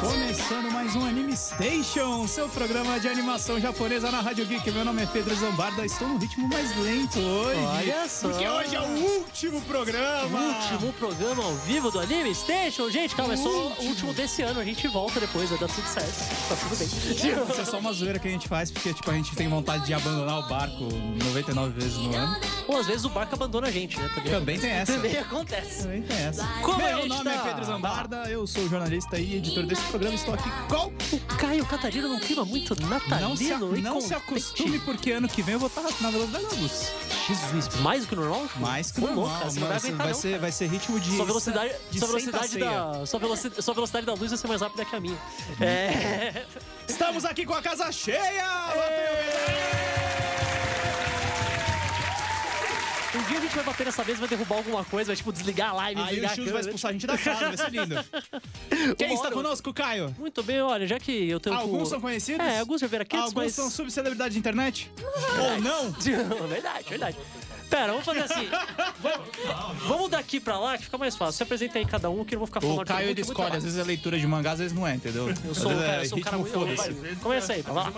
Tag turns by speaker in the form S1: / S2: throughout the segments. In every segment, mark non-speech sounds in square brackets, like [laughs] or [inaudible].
S1: Começando mais um Anime Station, seu programa de animação japonesa na Rádio Geek. Meu nome é Pedro Zambarda, estou no ritmo mais lento hoje.
S2: Olha só.
S1: Porque hoje é o último programa.
S2: Último programa ao vivo do Anime Station. Gente, calma, é só o
S1: Último.
S2: último desse ano. A gente volta depois, vai dar tudo certo. Tá tudo bem.
S1: Isso é só uma zoeira que a gente faz, porque tipo, a gente tem vontade de abandonar o barco 99 vezes no ano.
S2: Ou às vezes o barco abandona a gente, né?
S1: Também [laughs] tem essa.
S2: Também acontece.
S1: Também tem essa.
S2: Como a
S1: Meu
S2: gente
S1: nome
S2: tá?
S1: é Pedro Zambarda, eu sou jornalista e editor desse programa. Estou aqui com
S2: O Caio Catarina num clima muito natalino
S1: Não se, a-
S2: e
S1: não se
S2: contente.
S1: acostume, porque ano que vem eu vou estar na velocidade da luz.
S2: Jesus, mais do que normal?
S1: Mais que
S2: Ô,
S1: normal,
S2: louco, cara, você não vai
S1: mas
S2: aguentar
S1: vai,
S2: não,
S1: ser,
S2: cara.
S1: vai ser ritmo de.
S2: Sua velocidade,
S1: de senta
S2: sua velocidade
S1: ceia.
S2: da, sua velocidade, sua velocidade da luz vai ser mais rápida que a minha.
S1: Uhum.
S2: É. [laughs]
S1: Estamos aqui com a casa cheia!
S2: Um dia a gente vai bater nessa mesa, vai derrubar alguma coisa, vai tipo desligar a live,
S1: Aí o
S2: desligar a
S1: Chus vai
S2: câmera.
S1: expulsar a gente da casa, vai ser
S2: [laughs]
S1: lindo. Quem
S2: Uma
S1: está
S2: hora-
S1: conosco, Caio?
S2: Muito bem, olha, já que eu tenho.
S1: Alguns são conhecidos?
S2: É, alguns já vieram aqui,
S1: Alguns
S2: mas. [laughs]
S1: são subcelebridades um de internet? Ou não?
S2: verdade, verdade. Pera, vamos fazer assim. [laughs] Vamos, vamos daqui pra lá que fica mais fácil. Se apresenta aí cada um que eu não vou ficar falando.
S1: O Caio
S2: aqui,
S1: ele
S2: muito
S1: escolhe,
S2: trabalho.
S1: às vezes é leitura de mangá, às vezes não é, entendeu?
S2: Eu sou um cara, eu sou um cara muito. eu-
S1: foda-se.
S2: vai, Começa aí, vai lá.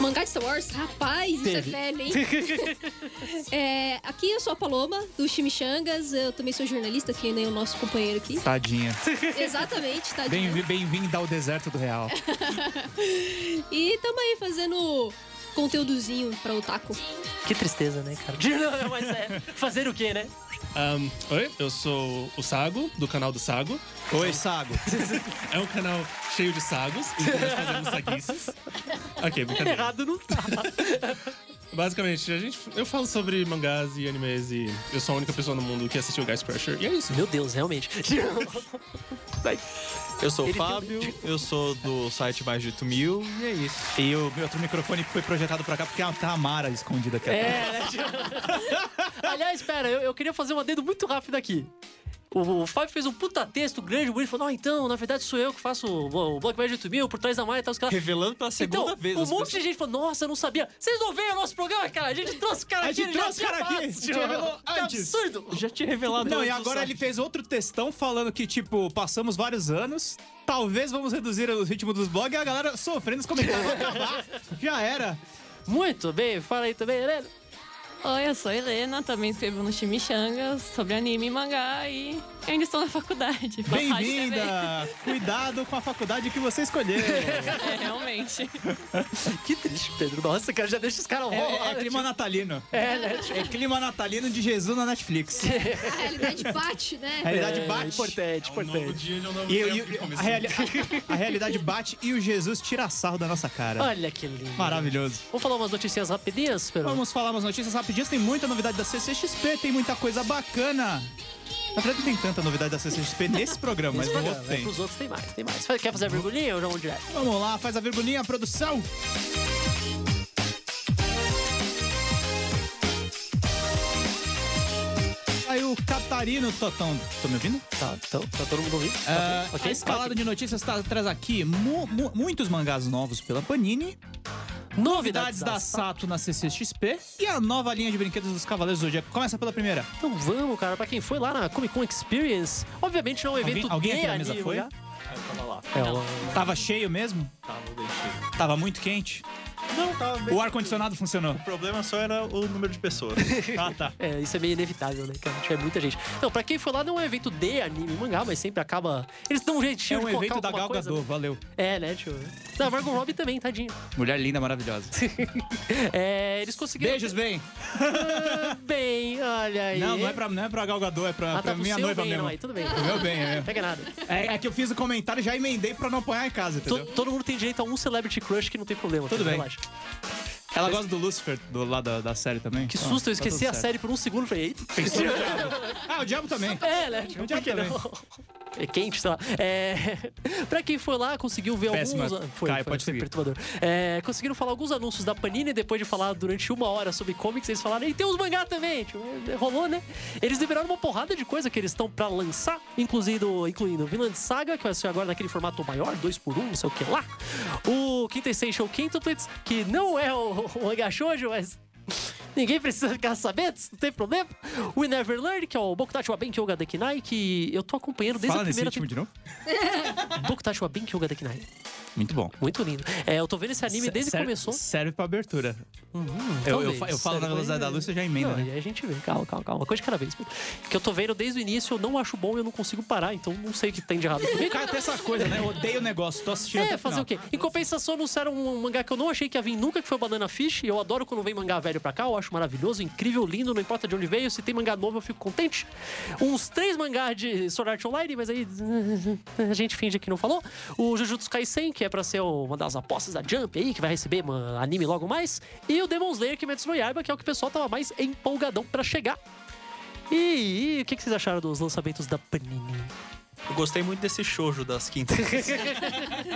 S3: Mangá de Star Wars? Rapaz, isso é
S2: Teve.
S3: velho,
S2: [laughs]
S3: hein? É, aqui eu sou a Paloma, do Chimichangas. Eu também sou jornalista, que nem o nosso
S2: [laughs]
S3: companheiro aqui.
S1: Tadinha.
S3: Exatamente, tá?
S1: Bem- Bem-vindo ao deserto do
S2: [laughs]
S1: real.
S3: E tamo aí fazendo conteúdozinho pra otaku.
S2: Que tristeza, né, cara? [laughs] Não, mas é. Fazer o quê, né?
S4: Ahn, oi, eu sou o Sago, do canal do Sago.
S1: Oi, Sago.
S4: É um canal cheio de sagos, então nós fazemos saguices. Ok, brincadeira.
S2: Errado não tá.
S4: Basicamente, a gente, eu falo sobre mangás e animes e eu sou a única pessoa no mundo que assistiu Guys Pressure. E é isso.
S2: Meu Deus, realmente.
S5: Eu sou o
S2: Ele tem um
S5: Fábio, eu sou do site mais de 8000 e é isso.
S1: E o meu outro microfone foi projetado pra cá porque tá a Mara escondida aqui atrás.
S2: É, né? Aliás, pera, eu, eu queria fazer um adendo muito rápido aqui. O, o Fábio fez um puta texto grande, bonito, falou: Não, então, na verdade sou eu que faço o, o Black Magic 8000 por trás da Maia e tal. Os caras.
S5: Revelando pela segunda
S2: Então,
S5: vez.
S2: um
S5: as
S2: monte
S5: pessoas-
S2: de gente falou: Nossa, eu não sabia. Vocês não veem o nosso programa, cara? A gente trouxe o cara
S1: A
S2: aqui.
S1: gente
S2: ele já
S1: trouxe o cara
S2: tinha
S1: aqui,
S2: falado,
S1: a gente revelou
S2: que
S1: antes.
S2: absurdo.
S5: Já tinha revelado
S1: Não,
S5: antes
S1: e
S5: do
S1: agora
S5: site.
S1: ele fez outro textão falando que, tipo, passamos vários anos, talvez vamos reduzir o ritmo dos blogs e a galera sofrendo os comentários vai
S2: [laughs]
S1: acabar. Já era.
S2: Muito bem, fala aí também, né?
S6: Oi, eu sou a Helena, também escrevo no Chimichangas sobre anime e mangá e ainda estou na faculdade. faço rádio e TV.
S1: Bem-vinda! Cuidado com a faculdade que você escolheu.
S6: É, realmente.
S2: Que triste, Pedro. Nossa, cara, já deixa os caras
S1: É,
S2: rolar,
S1: é
S2: né?
S1: clima natalino.
S2: É, né?
S1: É clima natalino de Jesus na Netflix.
S3: A realidade bate,
S1: A
S3: né?
S1: realidade
S2: É,
S1: bate.
S2: Importante, importante.
S4: dia de um novo
S1: E, eu- e eu- a, reali- a realidade bate e o Jesus tira sarro da nossa cara.
S2: Olha que lindo.
S1: Maravilhoso.
S2: Vamos falar umas notícias rapidinhas, Pedro?
S1: Vamos falar umas notícias rapidinhas. Tem muita novidade da CCXP, tem muita coisa bacana. Na verdade, não tem tanta novidade da CCXP nesse programa, mas no outro
S2: Mas
S1: tem.
S2: É pros outros tem mais, tem mais. Quer fazer a virgulinha ou já vamos direto?
S1: Vamos lá, faz a virgulinha, produção. Aí o Catarino Totão. Tô me ouvindo?
S2: Tá, então, tá todo mundo ouvindo?
S1: Ah,
S2: Tá, ok.
S1: a escalada de notícias tá, traz aqui mu- mu- muitos mangás novos pela Panini,
S2: É.
S1: novidades da Sato na CCXP e a nova linha de brinquedos dos Cavaleiros do Zodíaco. Começa pela primeira.
S2: Então vamos, cara, pra quem foi lá na Comic Con Experience, obviamente não é um
S1: Alguém-
S2: evento
S1: alguém
S2: de
S1: aqui na mesa
S2: anime,
S1: foi?
S2: né? É, ela-
S1: Tava cheio mesmo? Tava muito quente?
S5: Não, tava bem.
S1: O ar-condicionado funcionou?
S5: O problema só era o número de pessoas.
S1: [laughs] Ah, tá.
S2: é, isso é meio inevitável, né, cara? É muita gente. Não, pra quem foi lá, não é um evento de anime e mangá, mas sempre acaba. Eles dão um
S1: É
S2: jeitinho
S1: um
S2: de colocar
S1: evento da
S2: alguma
S1: Gal
S2: coisa.
S1: Gadot, valeu.
S2: É, né, tio? Não, a Margot Robbie também, tadinho. [laughs]
S1: Mulher linda, maravilhosa.
S2: É, eles conseguiram.
S1: [laughs] Beijos, bem.
S2: Bem, olha aí.
S1: Não, não é pra, não é pra Gal Gadot, é pra,
S2: Ah,
S1: pra
S2: tá pro
S1: minha
S2: seu
S1: noiva
S2: bem,
S1: mesmo.
S2: não, aí tudo bem.
S1: Pro Meu bem,
S2: [laughs]
S1: é.
S2: Pega nada.
S1: é. É que eu fiz o comentário e já emendei pra não apanhar em casa,
S2: To-
S1: entendeu?
S2: todo mundo tem direito a um celebrity crush que não tem problema. tá
S1: Tudo
S2: Pedro,
S1: bem.
S2: Relaxa.
S1: Ela gosta do Lucifer, do lado da, da série também.
S2: Que susto, eu esqueci a série por um segundo. Falei, eita.
S1: Ah, o diabo também.
S2: É, né? Tipo,
S1: Eu já
S2: por que
S1: também.
S2: não? É quente, sei lá. É... [laughs] pra quem foi lá, conseguiu ver
S1: Péssima.
S2: alguns... an- Foi,
S1: Caio,
S2: foi,
S1: pode
S2: foi
S1: seguir.
S2: perturbador. É, conseguiram falar alguns anúncios da Panini, depois de falar durante uma hora sobre comics, eles falaram, e tem uns mangá também, tipo, é, rolou, né? Eles liberaram uma porrada de coisa que eles estão pra lançar, incluindo, incluindo Vinland Saga, que vai ser agora naquele formato maior, 2x1, não sei o que lá. O Quintessential Quintuplets, que não é o, o mangá shoujo, mas... Ninguém precisa ficar sabendo, isso não tem problema. We Never Learn, que é o Bokutachi Waben Kyoga Dekinai, que eu tô acompanhando desde
S1: Fala
S2: a
S1: nesse
S2: primeira
S1: ritmo de novo.
S2: temporada. Bokutachi Waben Kyoga Dekinai.
S1: Muito bom.
S2: Muito lindo. É, eu tô vendo esse anime
S1: Se-
S2: desde que
S1: serve-
S2: começou.
S1: Serve pra abertura.
S2: Uhum,
S1: Eu, eu,
S2: talvez.
S1: fa- eu falo na
S2: Serve-
S1: velocidade da luz, você já emenda,
S2: Não,
S1: né?
S2: e aí a gente vê. Calma, calma, calma. Uma coisa de cada vez. Que eu tô vendo desde o início, eu não acho bom e eu não consigo parar, então não sei o que tem de errado comigo.
S1: Cara, tem essa coisa, né? Eu odeio o negócio, tô assistindo até
S2: É,
S1: o final.
S2: fazer o quê? Em compensação, anunciaram um mangá que eu não achei que ia vir nunca, que foi o Banana Fish. E eu adoro quando vem mangá velho pra cá, eu acho maravilhoso, incrível, lindo, não importa de onde veio. Se tem mangá novo, eu fico contente. Uns três mangás de Sword Art Online, mas aí [laughs] a gente finge que não falou. O Jujutsu Kaisen, que é pra ser uma das apostas da Jump aí, que vai receber uma anime logo mais. E o Demon Slayer, que é Metsu no Yaiba, que é o que o pessoal tava mais empolgadão pra chegar. E, e o que que vocês acharam dos lançamentos da Panini?
S7: Eu gostei muito desse shoujo das
S1: [laughs]
S7: quintas.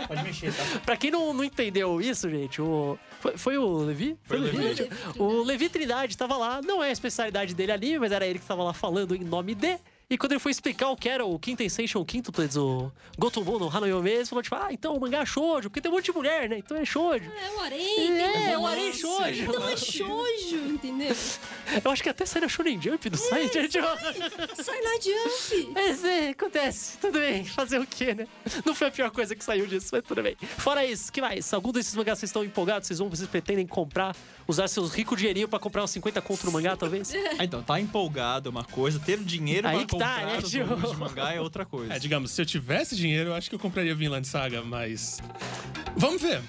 S1: Pode mexer, tá?
S2: Pra quem não, não entendeu isso, gente, o. Foi, foi o Levi? Foi, o Levi. gente. O Levi Trindade tava lá, não é a especialidade dele ali, mas era ele que tava lá falando em nome de. E quando ele foi explicar o que era o Quintessential Quintuplets, o Gotomo no Hanoyome, ele falou tipo, ah, então o mangá é shoujo, porque tem um monte de mulher, né? Então é shoujo.
S3: É o Arém,
S2: É, é um
S3: romance.
S2: arém shoujo.
S3: Não é shoujo, entendeu?
S2: Eu acho que até saiu a Shonen Jump do site. [laughs] gente.
S3: Sai na Jump.
S2: Mas é, acontece, tudo bem, fazer o quê, né? Não foi a pior coisa que saiu disso, mas tudo bem. Fora isso, que mais? Algum desses mangás vocês estão empolgados? Vocês vão, vocês pretendem comprar, usar seus ricos dinheirinho pra comprar uns 50 conto no mangá, talvez?
S5: Ah, então, tá empolgado é uma coisa, ter dinheiro
S2: Aí
S5: pra
S2: que tá,
S5: comprar
S2: né,
S5: os
S2: tio?
S5: volumes de mangá é outra coisa.
S4: É, digamos, se eu tivesse dinheiro, eu acho que eu compraria Vinland Saga, mas. Vamos ver.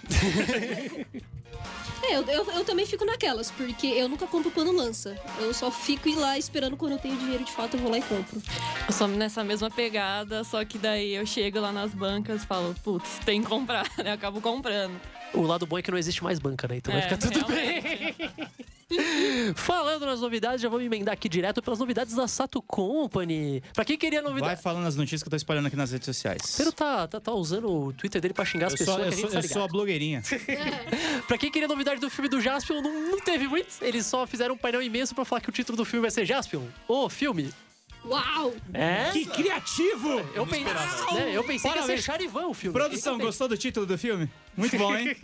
S3: É, eu, eu, eu também fico naquelas, porque eu nunca compro quando lança. Eu só fico ir lá esperando quando eu tenho dinheiro de fato, eu vou lá e compro.
S6: Eu sou nessa mesma pegada, só que daí eu chego lá nas bancas e falo, putz, tem que comprar, né? Eu acabo comprando.
S2: O lado bom é que não existe mais banca, né? Então vai
S6: É,
S2: ficar tudo bem. Falando nas novidades, já vamos emendar aqui direto pelas novidades da Sato Company. Pra quem queria
S1: Vai
S2: novidade...
S1: falando as notícias que eu tô espalhando aqui nas redes sociais.
S2: Pedro tá, tá, tá usando o Twitter dele pra xingar as
S1: Eu
S2: pessoas
S1: sou, eu
S2: que a gente
S1: sou-
S2: tá
S1: eu
S2: ligado.
S1: sou a
S2: [laughs]
S1: blogueirinha.
S2: Pra quem queria novidade do filme do Jaspion, não, não teve muitos. Eles só fizeram um painel imenso pra falar que o título do filme vai ser Jaspion. O filme.
S3: Uau!
S2: É?
S1: Que criativo!
S2: Eu, pe- né? Eu pensei que ia ser
S1: Parabéns.
S2: Charivan o filme.
S1: Produção, gostou do título do filme? Muito bom,
S2: [laughs]
S1: hein?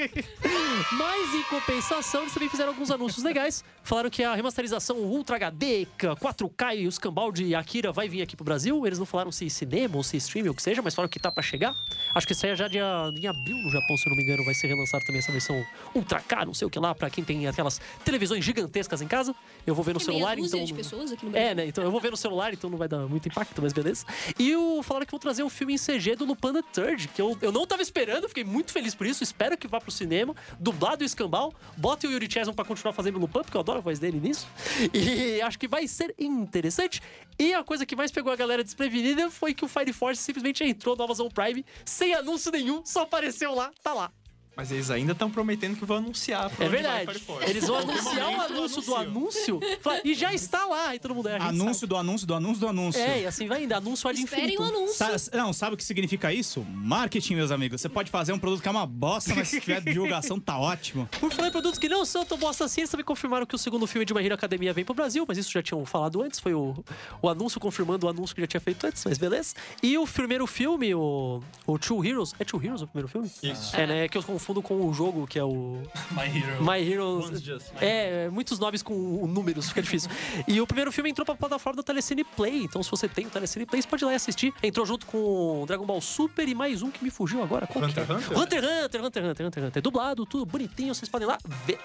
S2: Mas em compensação, eles também fizeram alguns anúncios legais. Falaram que a remasterização Ultra HD, 4K e os cambal de Akira vai vir aqui pro Brasil. Eles não falaram se cinema ou se streaming, ou o que seja, mas falaram que tá pra chegar. Acho que isso aí é já de, em abril no Japão, se eu não me engano, vai ser relançado também essa versão Ultra K, não sei o que lá, pra quem tem aquelas televisões gigantescas em casa. Eu vou ver no
S3: Tem meia
S2: celular,
S3: dúzia
S2: então.
S3: É, de pessoas aqui no Brasil.
S2: É, né? Então eu vou ver no celular, então não vai dar muito impacto, mas beleza. E o, falaram que vão trazer um filme em CG do Lupin the Third, que eu, eu não tava esperando, fiquei muito feliz por isso. Espero que vá pro cinema, dublado e escambau. Bota o Yuri Chesman pra continuar fazendo Lupin, porque eu adoro a voz dele nisso. E acho que vai ser interessante. E a coisa que mais pegou a galera desprevenida foi que o Fire Force simplesmente entrou no Amazon Prime sem anúncio nenhum, só apareceu lá, tá lá.
S5: Mas eles ainda estão prometendo que vão anunciar. pra
S2: É
S5: onde vai
S2: verdade.
S5: Fire Force. um
S2: Eles vão anunciar o anúncio do anúncio fala, e já está lá. E todo mundo é. a gente
S1: anúncio do anúncio do anúncio do anúncio.
S2: é, e assim vai ainda. Anúncio ad
S3: Esperem
S2: infinitum.
S3: o anúncio.
S1: Sa- não, sabe o que significa isso? Marketing, meus amigos. Você pode fazer um produto que é uma bosta, mas se tiver divulgação, tá ótimo.
S2: Por falar em produtos que não são tão bosta assim, eles também confirmaram que o segundo filme de My Hero Academia vem pro Brasil, mas isso já tinham falado antes, foi o, o anúncio confirmando o anúncio que já tinha feito antes, mas beleza. E o primeiro filme, o, o Two Heroes, é Two Heroes o primeiro filme?
S5: Isso.
S2: É, né? É que eu confundo com o jogo, que é o
S7: My Hero.
S2: My Heroes...
S7: One's Just My
S2: É, muitos nomes com números, fica difícil. E o primeiro filme entrou pra plataforma do Telecine Play, então se você tem o Telecine Play, você pode ir lá e assistir. Entrou junto com Dragon Ball Super e mais um que me fugiu agora. Qual que é?
S5: Hunter x Hunter?
S2: Hunter x Hunter, Hunter x Hunter, Hunter x Hunter. É Dublado, tudo bonitinho, vocês podem ir lá ver.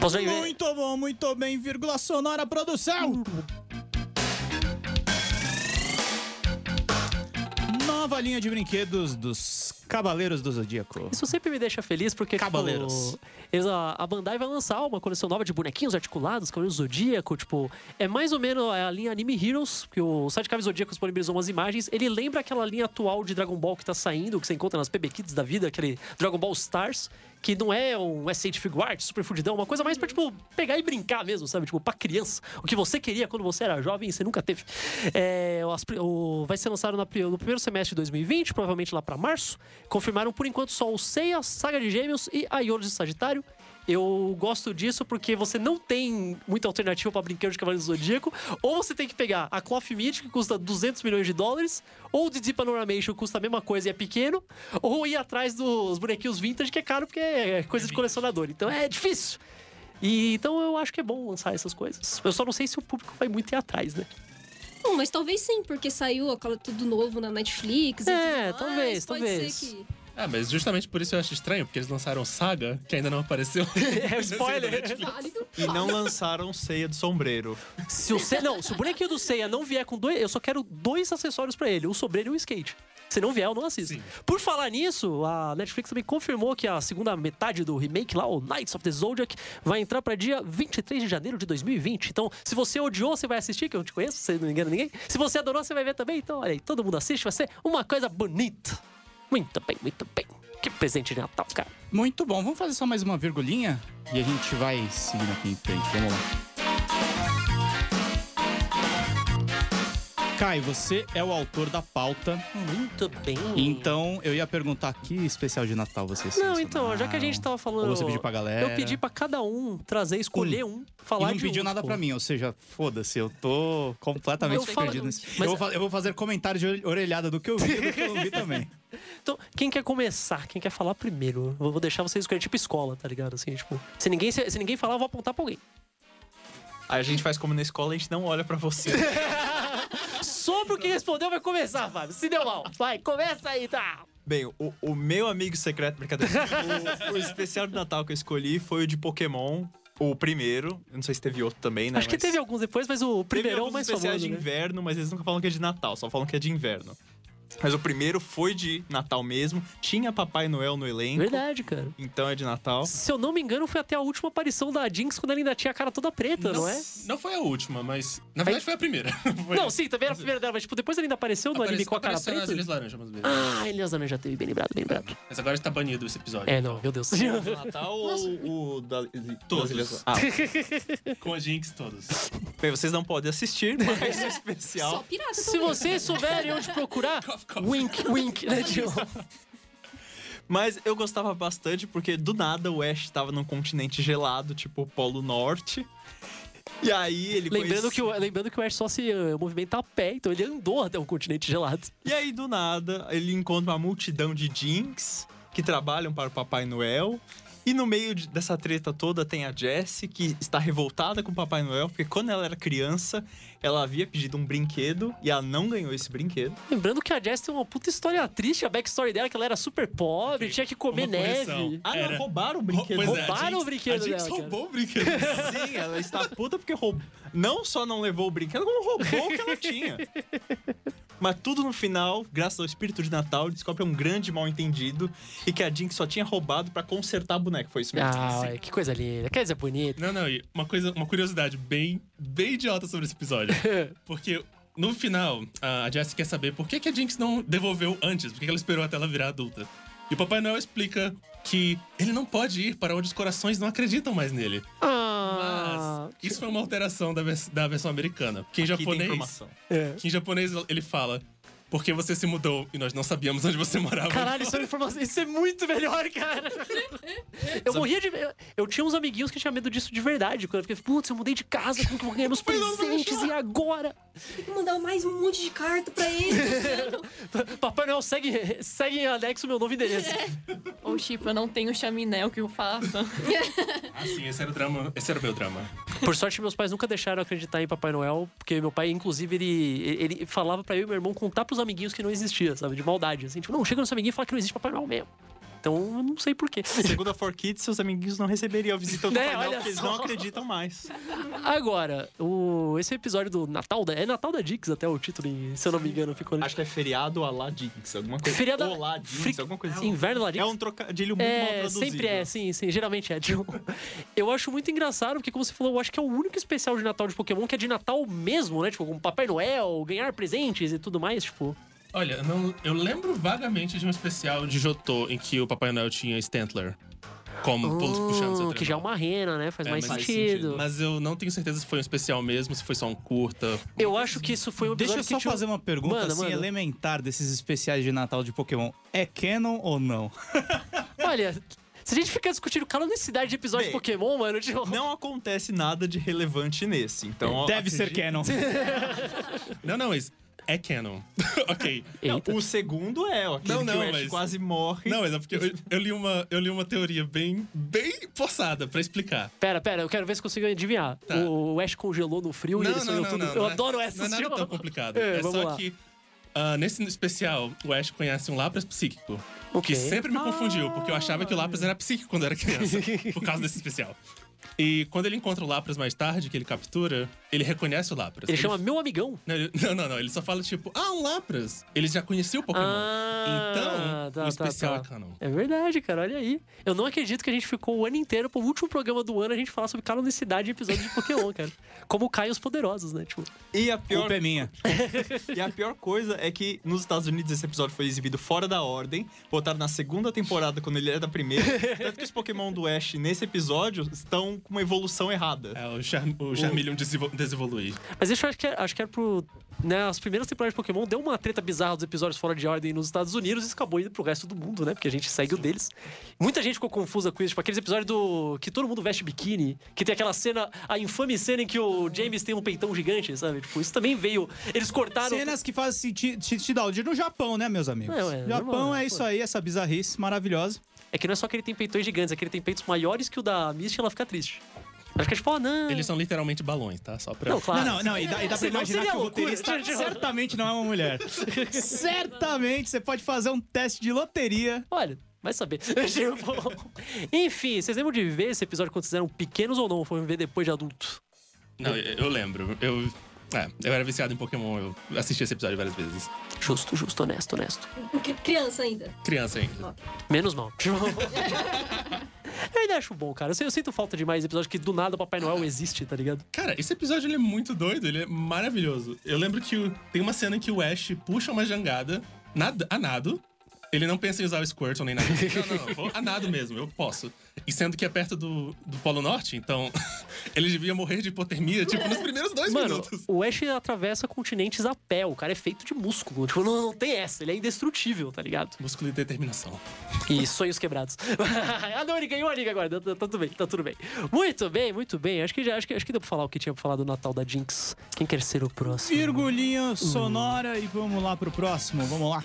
S2: Posso já ir ver?
S1: Muito bom, muito bem, vírgula sonora produção. Nova linha de brinquedos dos Cavaleiros do Zodíaco.
S2: Isso sempre me deixa feliz, porque tipo,
S1: Cavaleiros.
S2: eles- a a Bandai vai lançar uma coleção nova de bonequinhos articulados, Cavaleiros do Zodíaco, tipo, é mais ou menos a linha Anime Heroes, que o site Cavaleiros do Zodíaco disponibilizou umas imagens, ele lembra aquela linha atual de Dragon Ball que tá saindo, que você encontra nas PB Kids da vida, aquele Dragon Ball Stars, que não é um SH Figure Art, super fudidão, uma coisa mais pra, tipo, pegar e brincar mesmo, sabe? Tipo, pra criança. O que você queria quando você era jovem e você nunca teve. É, as pri- o- vai ser lançado na pri- no primeiro semestre de 2020, provavelmente lá pra março. Confirmaram, por enquanto, só o Seiya, Saga de Gêmeos e a Iolo de Sagitário. Eu gosto disso porque você não tem muita alternativa pra brinquedo de Cavaleiro do Zodíaco. Ou você tem que pegar a Cloth Meat, que custa 200 milhões de dólares, ou o Didi Panoramation, que custa a mesma coisa e é pequeno, ou ir atrás dos bonequinhos vintage, que é caro porque é coisa de colecionador. Então é difícil. E, então eu acho que é bom lançar essas coisas. Eu só não sei se o público vai muito ir atrás, né?
S3: Bom, mas talvez sim, porque saiu aquela tudo novo na Netflix. e
S2: É,
S3: tudo
S2: talvez,
S3: mais, pode
S2: talvez.
S3: Ser que...
S4: Ah, mas justamente por isso eu acho estranho, porque eles lançaram Saga, que ainda [laughs] não apareceu.
S2: [laughs] É o spoiler.
S3: Válido.
S5: E não lançaram ceia de sombreiro.
S2: se o Ceia, não, se o bonequinho do Ceia não vier com dois, eu só quero dois acessórios pra ele, o sobreiro e o skate. Se não vier, eu não assisto. Por falar nisso, a Netflix também confirmou que a segunda metade do remake lá, o Knights of the Zodiac, vai entrar pra dia 23 de janeiro de 2020. Então, se você odiou, você vai assistir, que eu não te conheço, você não engana ninguém. Se você adorou, você vai ver também. Então, olha aí, todo mundo assiste, vai ser uma coisa bonita. Muito bem, muito bem. Que presente de Natal, cara.
S8: Muito bom, vamos fazer só mais uma virgulinha e a gente vai seguindo aqui em frente. Vamos lá.
S1: Kai, você é o autor da pauta,
S2: Muito bem.
S1: então eu ia perguntar que especial de Natal vocês
S2: Hum. Não, então, já que a gente
S1: tá
S2: tava falando.
S1: Ou você pediu pra galera.
S2: Eu pedi pra cada um trazer, escolher um, falar
S1: E não
S2: de
S1: pediu
S2: um,
S1: nada
S2: pô.
S1: pra mim, ou seja, foda-se, eu tô completamente
S2: Eu falo-
S1: perdido nisso.
S2: mas-
S1: Eu, vou fa- eu vou fazer comentário de orelh- orelhada do que eu vi e do que eu não vi também.
S2: Então, quem quer começar? Quem quer falar primeiro? Eu vou deixar vocês escolherem, tipo escola, tá ligado? Assim, tipo, se ninguém, se, se ninguém falar, eu vou apontar pra alguém.
S5: Aí a gente faz como na escola, a gente não olha pra você. [laughs]
S2: Sobre o que respondeu, vai começar, Fábio. Se deu mal. Vai, começa aí, tá?
S5: Bem, o, o meu amigo secreto, brincadeira. O, o especial de Natal que eu escolhi foi o de Pokémon, o primeiro. Eu não sei se teve outro também, né?
S2: Acho que
S5: mas-
S2: teve alguns depois, mas o
S5: Teve
S2: primeirão
S5: alguns
S2: mais
S5: especiais
S2: famoso,
S5: de
S2: né?
S5: inverno, mas eles nunca falam que é de Natal, só falam que é de inverno. Mas o primeiro foi de Natal mesmo. Tinha Papai Noel no elenco.
S2: Verdade, cara.
S5: Então é de Natal.
S2: Se eu não me engano, foi até a última aparição da Jinx quando ela ainda tinha a cara toda preta, não é?
S4: Não foi a última, mas. Na verdade foi a primeira. [laughs] Foi-
S2: Não, sim, também era a primeira dela, mas tipo, depois ela ainda apareceu no anime
S4: Aparece-
S2: com a cara
S4: apareceu nas
S2: preta.
S4: Ilhas Laranjas, mas beleza.
S2: Ah, Elias também já teve, bem lembrado, bem lembrado.
S4: Mas agora está banido esse episódio.
S2: É, não, meu
S4: [laughs]
S2: Deus.
S5: Natal ou o da.
S4: Todos.
S5: Ah,
S4: Com a Jinx todos. [laughs]
S5: bem, vocês não podem assistir, mas o
S3: Só
S5: especial.
S3: pirata
S2: Se
S3: também.
S2: vocês souberem onde procurar, wink, wink, né, tio?
S5: Mas eu gostava bastante porque do nada o Ash tava num continente gelado, tipo o Polo Norte. E aí ele
S2: Lembrando
S5: conhece-
S2: que, o, lembrando que o Ash só se eh, movimenta a pé, então ele andou até um continente gelado.
S5: E aí, do nada, ele encontra uma multidão de Jinx que trabalham para o Papai Noel. E no meio de- dessa treta toda tem a Jessie, que está revoltada com o Papai Noel, porque quando ela era criança, ela havia pedido um brinquedo e ela não ganhou esse brinquedo.
S2: Lembrando que a Jess tem uma puta história triste, a backstory dela, é que ela era super pobre, tinha que comer
S4: Uma
S2: neve.
S4: correção.
S5: Ah, não,
S4: Era.
S5: roubaram o brinquedo.
S4: Pois é, a
S2: Roubaram
S4: Jinx-
S2: o brinquedo
S4: A Jinx
S2: dela, cara.
S4: roubou o brinquedo. [laughs]
S5: Sim, ela está puta porque roubou. Não só não levou o brinquedo, como roubou o que ela tinha. Mas tudo no final, graças ao espírito de Natal, descobre um grande mal-entendido e que a Jinx só tinha roubado para consertar a boneca. Foi isso mesmo.
S2: Ah, ué, que coisa linda, que coisa bonita.
S4: Não, não, e uma coisa, uma curiosidade bem, bem idiota sobre esse episódio.
S2: [laughs]
S4: Porque no final, a Jessie quer saber por que, que a Jinx não devolveu antes, por que que ela esperou até ela virar adulta. E o Papai Noel explica que ele não pode ir para onde os corações não acreditam mais nele.
S2: Ah,
S4: Mas isso foi uma alteração da, vers- da versão americana. Porque em
S5: Aqui tem
S4: japonês,
S5: informação.
S2: é.
S4: que em japonês ele fala porque você se mudou e nós não sabíamos onde você morava.
S2: Caralho, isso é uma informação. Isso é muito melhor, cara. Eu morria de. Eu, eu tinha uns amiguinhos que tinha medo disso de verdade. Quando eu fiquei, putz, eu mudei de casa, como que eu vou
S4: [laughs]
S2: ganhar meus presentes? E agora?
S3: Tem que mandar mais um monte de carta pra ele. [laughs]
S2: Papai Noel, segue, segue em anexo o meu novo endereço.
S6: Ou tipo, eu não tenho chaminé, o que eu faço?
S4: Ah, sim, esse era o drama. Esse era o meu drama.
S2: Por sorte, meus pais nunca deixaram eu acreditar em Papai Noel, porque meu pai, inclusive, ele, ele falava pra eu e meu irmão contar pros amiguinhos que não existia, sabe? De maldade. Assim, tipo, não, chega no seu amiguinho e fala que não existe Papai Noel mesmo. Então, eu não sei porquê.
S5: Segundo a 4Kids, seus amiguinhos não receberiam a visita do
S2: Né,
S5: painel,
S2: olha
S5: porque eles
S2: só.
S5: não acreditam mais.
S2: Agora, o, esse episódio do Natal, da- é Natal da Dix até o título, em- se eu não me engano, ficou ali.
S5: Acho que é feriado Alá Jinx, alguma coisa.
S2: Feriado-
S5: Olá Jinx,
S2: Fri-
S5: alguma coisa assim.
S2: Inverno da Dix?
S5: É um trocadilho muito mal
S2: É,
S5: traduzido. né?
S2: sempre é, sim, sim, geralmente é, John. Eu acho muito engraçado, porque como você falou, eu acho que é o único especial de Natal de Pokémon que é de Natal mesmo, né? Tipo, com Papai Noel, ganhar presentes e tudo mais, tipo...
S4: Olha, não- eu lembro vagamente de um especial de Jotô em que o Papai Noel tinha Stantler como pu- puxando seu
S2: Hum, que já é
S4: trenó.
S2: uma rena, né? Faz
S4: É,
S2: mais
S4: mas faz
S2: sentido.
S4: Mas eu não tenho certeza se foi um especial mesmo, se foi só um curta.
S2: [laughs] Eu acho que isso foi um
S1: Deixa
S2: episódio
S1: eu só
S2: que tinha-
S1: fazer uma pergunta
S2: Manda,
S1: assim,
S2: manda.
S1: elementar desses especiais de Natal de Pokémon. É canon ou não?
S2: Olha, se a gente ficar discutindo calonicidade de episódio de
S5: Bem,
S2: Pokémon, mano, tipo...
S5: Não acontece nada de relevante nesse, então...
S1: [laughs]
S5: ó,
S1: Deve ser
S5: acredito-
S1: canon.
S4: Não, não, mas é canon. [laughs] ok.
S2: Eita.
S5: O segundo é, ó. aquele
S4: Não,
S5: que
S4: não,
S5: o Ash
S4: mas-
S5: quase morre.
S4: Não, mas é porque eu, eu li uma, eu li uma teoria bem, bem forçada pra explicar.
S2: Pera, pera, eu quero ver se consigo adivinhar.
S4: Tá.
S2: O Ash congelou no frio e ele sonhou tudo. eu
S4: é-
S2: adoro essa
S4: Não é nada
S2: senhora.
S4: tão
S2: [laughs]
S4: complicado.
S2: É,
S4: É,
S2: vamos
S4: só
S2: lá.
S4: que ah, nesse especial, o Ash conhece um lápis psíquico.
S2: Ok.
S4: Que sempre
S2: Ah.
S4: me confundiu, porque eu achava que o lápis era psíquico quando eu
S2: [laughs]
S4: era criança, por causa desse especial. E quando ele encontra o Lapras mais tarde, que ele captura, ele reconhece o Lapras.
S2: Ele chama meu amigão.
S4: Não, ele- [laughs] não, não, não, Ele só fala, tipo, ah, um Lapras. Ele já conhecia o Pokémon.
S2: Ah,
S4: então,
S2: tá,
S4: o
S2: tá,
S4: especial
S2: tá.
S4: é canon.
S2: É verdade, cara, olha aí. Eu não acredito que a gente ficou o ano inteiro pro último programa do ano a gente falar sobre canonicidade e episódio de Pokémon, [laughs] cara. Como caem os poderosos, né? Tipo,
S5: E a pior
S1: Culpa é minha.
S5: E a pior coisa é que nos Estados Unidos esse episódio foi exibido fora da ordem, botaram na segunda temporada quando ele era da primeira. Tanto que os Pokémon do Ash nesse episódio estão com uma evolução errada.
S4: É o, Char o Charmeleon desenvol- desevoluir.
S2: Mas isso eu acho que, é- acho que era pro. Né, as primeiras temporadas de Pokémon deu uma treta bizarra dos episódios fora de ordem nos Estados Unidos e isso acabou indo pro resto do mundo, né? Porque a gente segue o deles. Muita gente ficou confusa com isso, tipo aqueles episódios do. que todo mundo veste biquíni, que tem aquela cena, a infame cena em que o James tem um peitão gigante, sabe? Tipo, isso também veio. Eles cortaram.
S1: Cenas que fazem sentido te dar no Japão, né, meus amigos?
S2: É, ué,
S1: Japão
S2: normal, né?
S1: é isso aí, essa bizarrice maravilhosa.
S2: É que não é só que ele tem peitões gigantes, é que ele tem peitos maiores que o da Misty e ela fica triste. Ela fica tipo, ah, não.
S4: Eles são literalmente balões, tá? Só pra.
S2: Não, claro.
S1: Não, não, não, e dá, e dá pra
S2: Senão
S1: imaginar
S2: seria
S1: que o
S2: loucura.
S1: roteirista certamente não é uma
S2: [laughs]
S1: mulher. certamente você pode fazer um teste de loteria.
S2: Olha, vai saber. [laughs] Tipo, Enfim, vocês lembram de ver esse episódio quando vocês eram pequenos ou não? Foram ver depois de adulto?
S4: Não, eu, eu lembro. Eu. É, eu era viciado em Pokémon, eu assisti esse episódio várias vezes.
S2: Justo, justo, honesto, honesto.
S3: Cri- Criança ainda.
S4: Criança ainda.
S2: Menos mal. Tipo, Eu ainda acho bom, cara. Eu, sei- eu sinto falta de mais episódios que do nada o Papai Noel existe, tá ligado?
S4: Cara, esse episódio ele é muito doido, ele é maravilhoso. Eu lembro que o- tem uma cena em que o Ash puxa uma jangada nada, a nado. Ele não pensa em usar o Squirtle nem nada. Não, não, não, vou a nado mesmo, eu posso. E sendo que é perto do, do Polo Norte, então [laughs] ele devia morrer de hipotermia, tipo, nos primeiros dois
S2: Mano,
S4: minutos.
S2: o Ash atravessa continentes a pé. O cara é feito de músculo. Tipo, não, não tem essa. Ele é indestrutível, tá ligado?
S4: Músculo e determinação.
S2: E sonhos quebrados. [laughs] ah, não, ele ganhou a liga agora. Tá, tá tudo bem, tá tudo bem. Muito bem, muito bem. Acho que, já, acho, que, acho que deu pra falar o que tinha pra falar do Natal da Jinx. Quem quer ser o próximo?
S1: Virgulinha sonora e vamos lá pro próximo, vamos lá.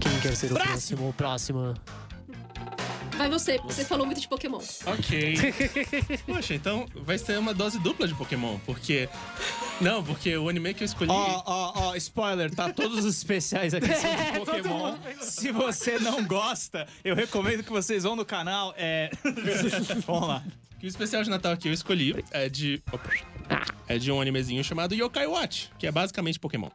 S2: Quem quer ser o próximo?
S1: Próximo!
S2: O próximo.
S3: Vai você, porque você falou muito de Pokémon.
S4: Ok. [laughs] Poxa, então vai ser uma dose dupla de Pokémon, porque. Não, porque o anime que eu escolhi.
S1: Ó, ó, ó, spoiler, tá todos os especiais aqui
S2: [laughs]
S1: são
S2: É,
S1: de Pokémon. Se você não gosta, eu recomendo que vocês vão no canal. É. [laughs] vamos lá.
S4: Que o especial de Natal que eu escolhi é de. Opa. É de um animezinho chamado Yokai Watch, que é basicamente Pokémon.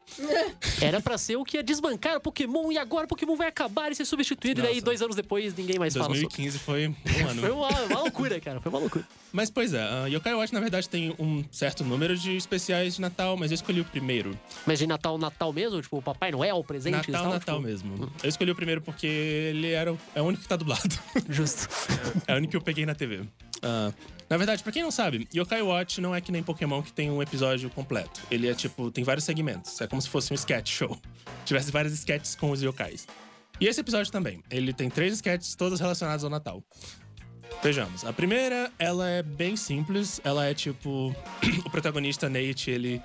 S2: Era pra ser o que ia desbancar o Pokémon e agora o Pokémon vai acabar e ser substituído. E daí,
S4: Nossa.
S2: dois anos depois, ninguém mais fala sobre.
S4: 2015 foi [laughs] um ano.
S2: Foi uma, uma loucura, cara. Foi uma loucura.
S4: Mas pois é, a Yokai Watch na verdade tem um certo número de especiais de Natal, mas eu escolhi o primeiro.
S2: Mas de Natal, Natal mesmo? Tipo, Papai Noel, presentes e
S4: Natal,
S2: tal,
S4: Natal
S2: tipo,
S4: mesmo. Eu escolhi o primeiro porque ele era o, é o único que tá dublado.
S2: [laughs]
S4: [laughs]
S2: Justo.
S4: É o único que eu peguei na TV. Ah, na verdade, pra quem não sabe, Yokai Watch não é que nem Pokémon que tem um episódio completo. Ele é tipo, tem vários segmentos. É como se fosse um sketch show. [laughs] Tivesse vários sketches com os yokais. E esse episódio também. Ele tem três sketches, todos relacionados ao Natal. Vejamos. A primeira, ela é bem simples. Ela é tipo. [clears throat] o protagonista, Nate, ele.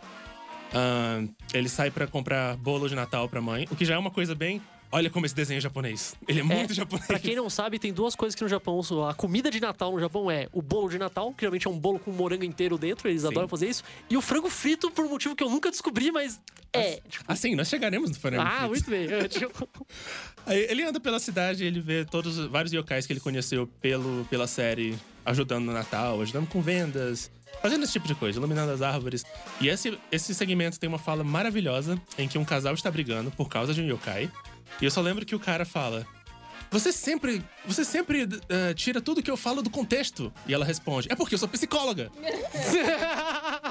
S4: ah, ele sai pra comprar bolo de Natal pra mãe, o que já é uma coisa bem. Olha como esse desenho é japonês. Ele é muito japonês.
S2: Pra quem não sabe, tem duas coisas que no Japão. A comida de Natal no Japão é o bolo de Natal, que geralmente é um bolo com morango inteiro dentro, eles adoram fazer isso. E o frango frito, por um motivo que eu nunca descobri, mas é. Tipo,
S4: Assim, nós chegaremos no Forever
S2: ah,
S4: Kids.
S2: muito bem. É,
S4: [laughs]
S2: tipo,
S4: Aí ele anda pela cidade, ele vê todos os- vários yokais que ele conheceu pelo, pela série, ajudando no Natal, ajudando com vendas, fazendo esse tipo de coisa, iluminando as árvores. E esse, esse segmento tem uma fala maravilhosa em que um casal está brigando por causa de um yokai. E eu só lembro que o cara fala: Você sempre, você sempre eh, tira tudo que eu falo do contexto. E ela responde: É porque eu sou psicóloga. [laughs]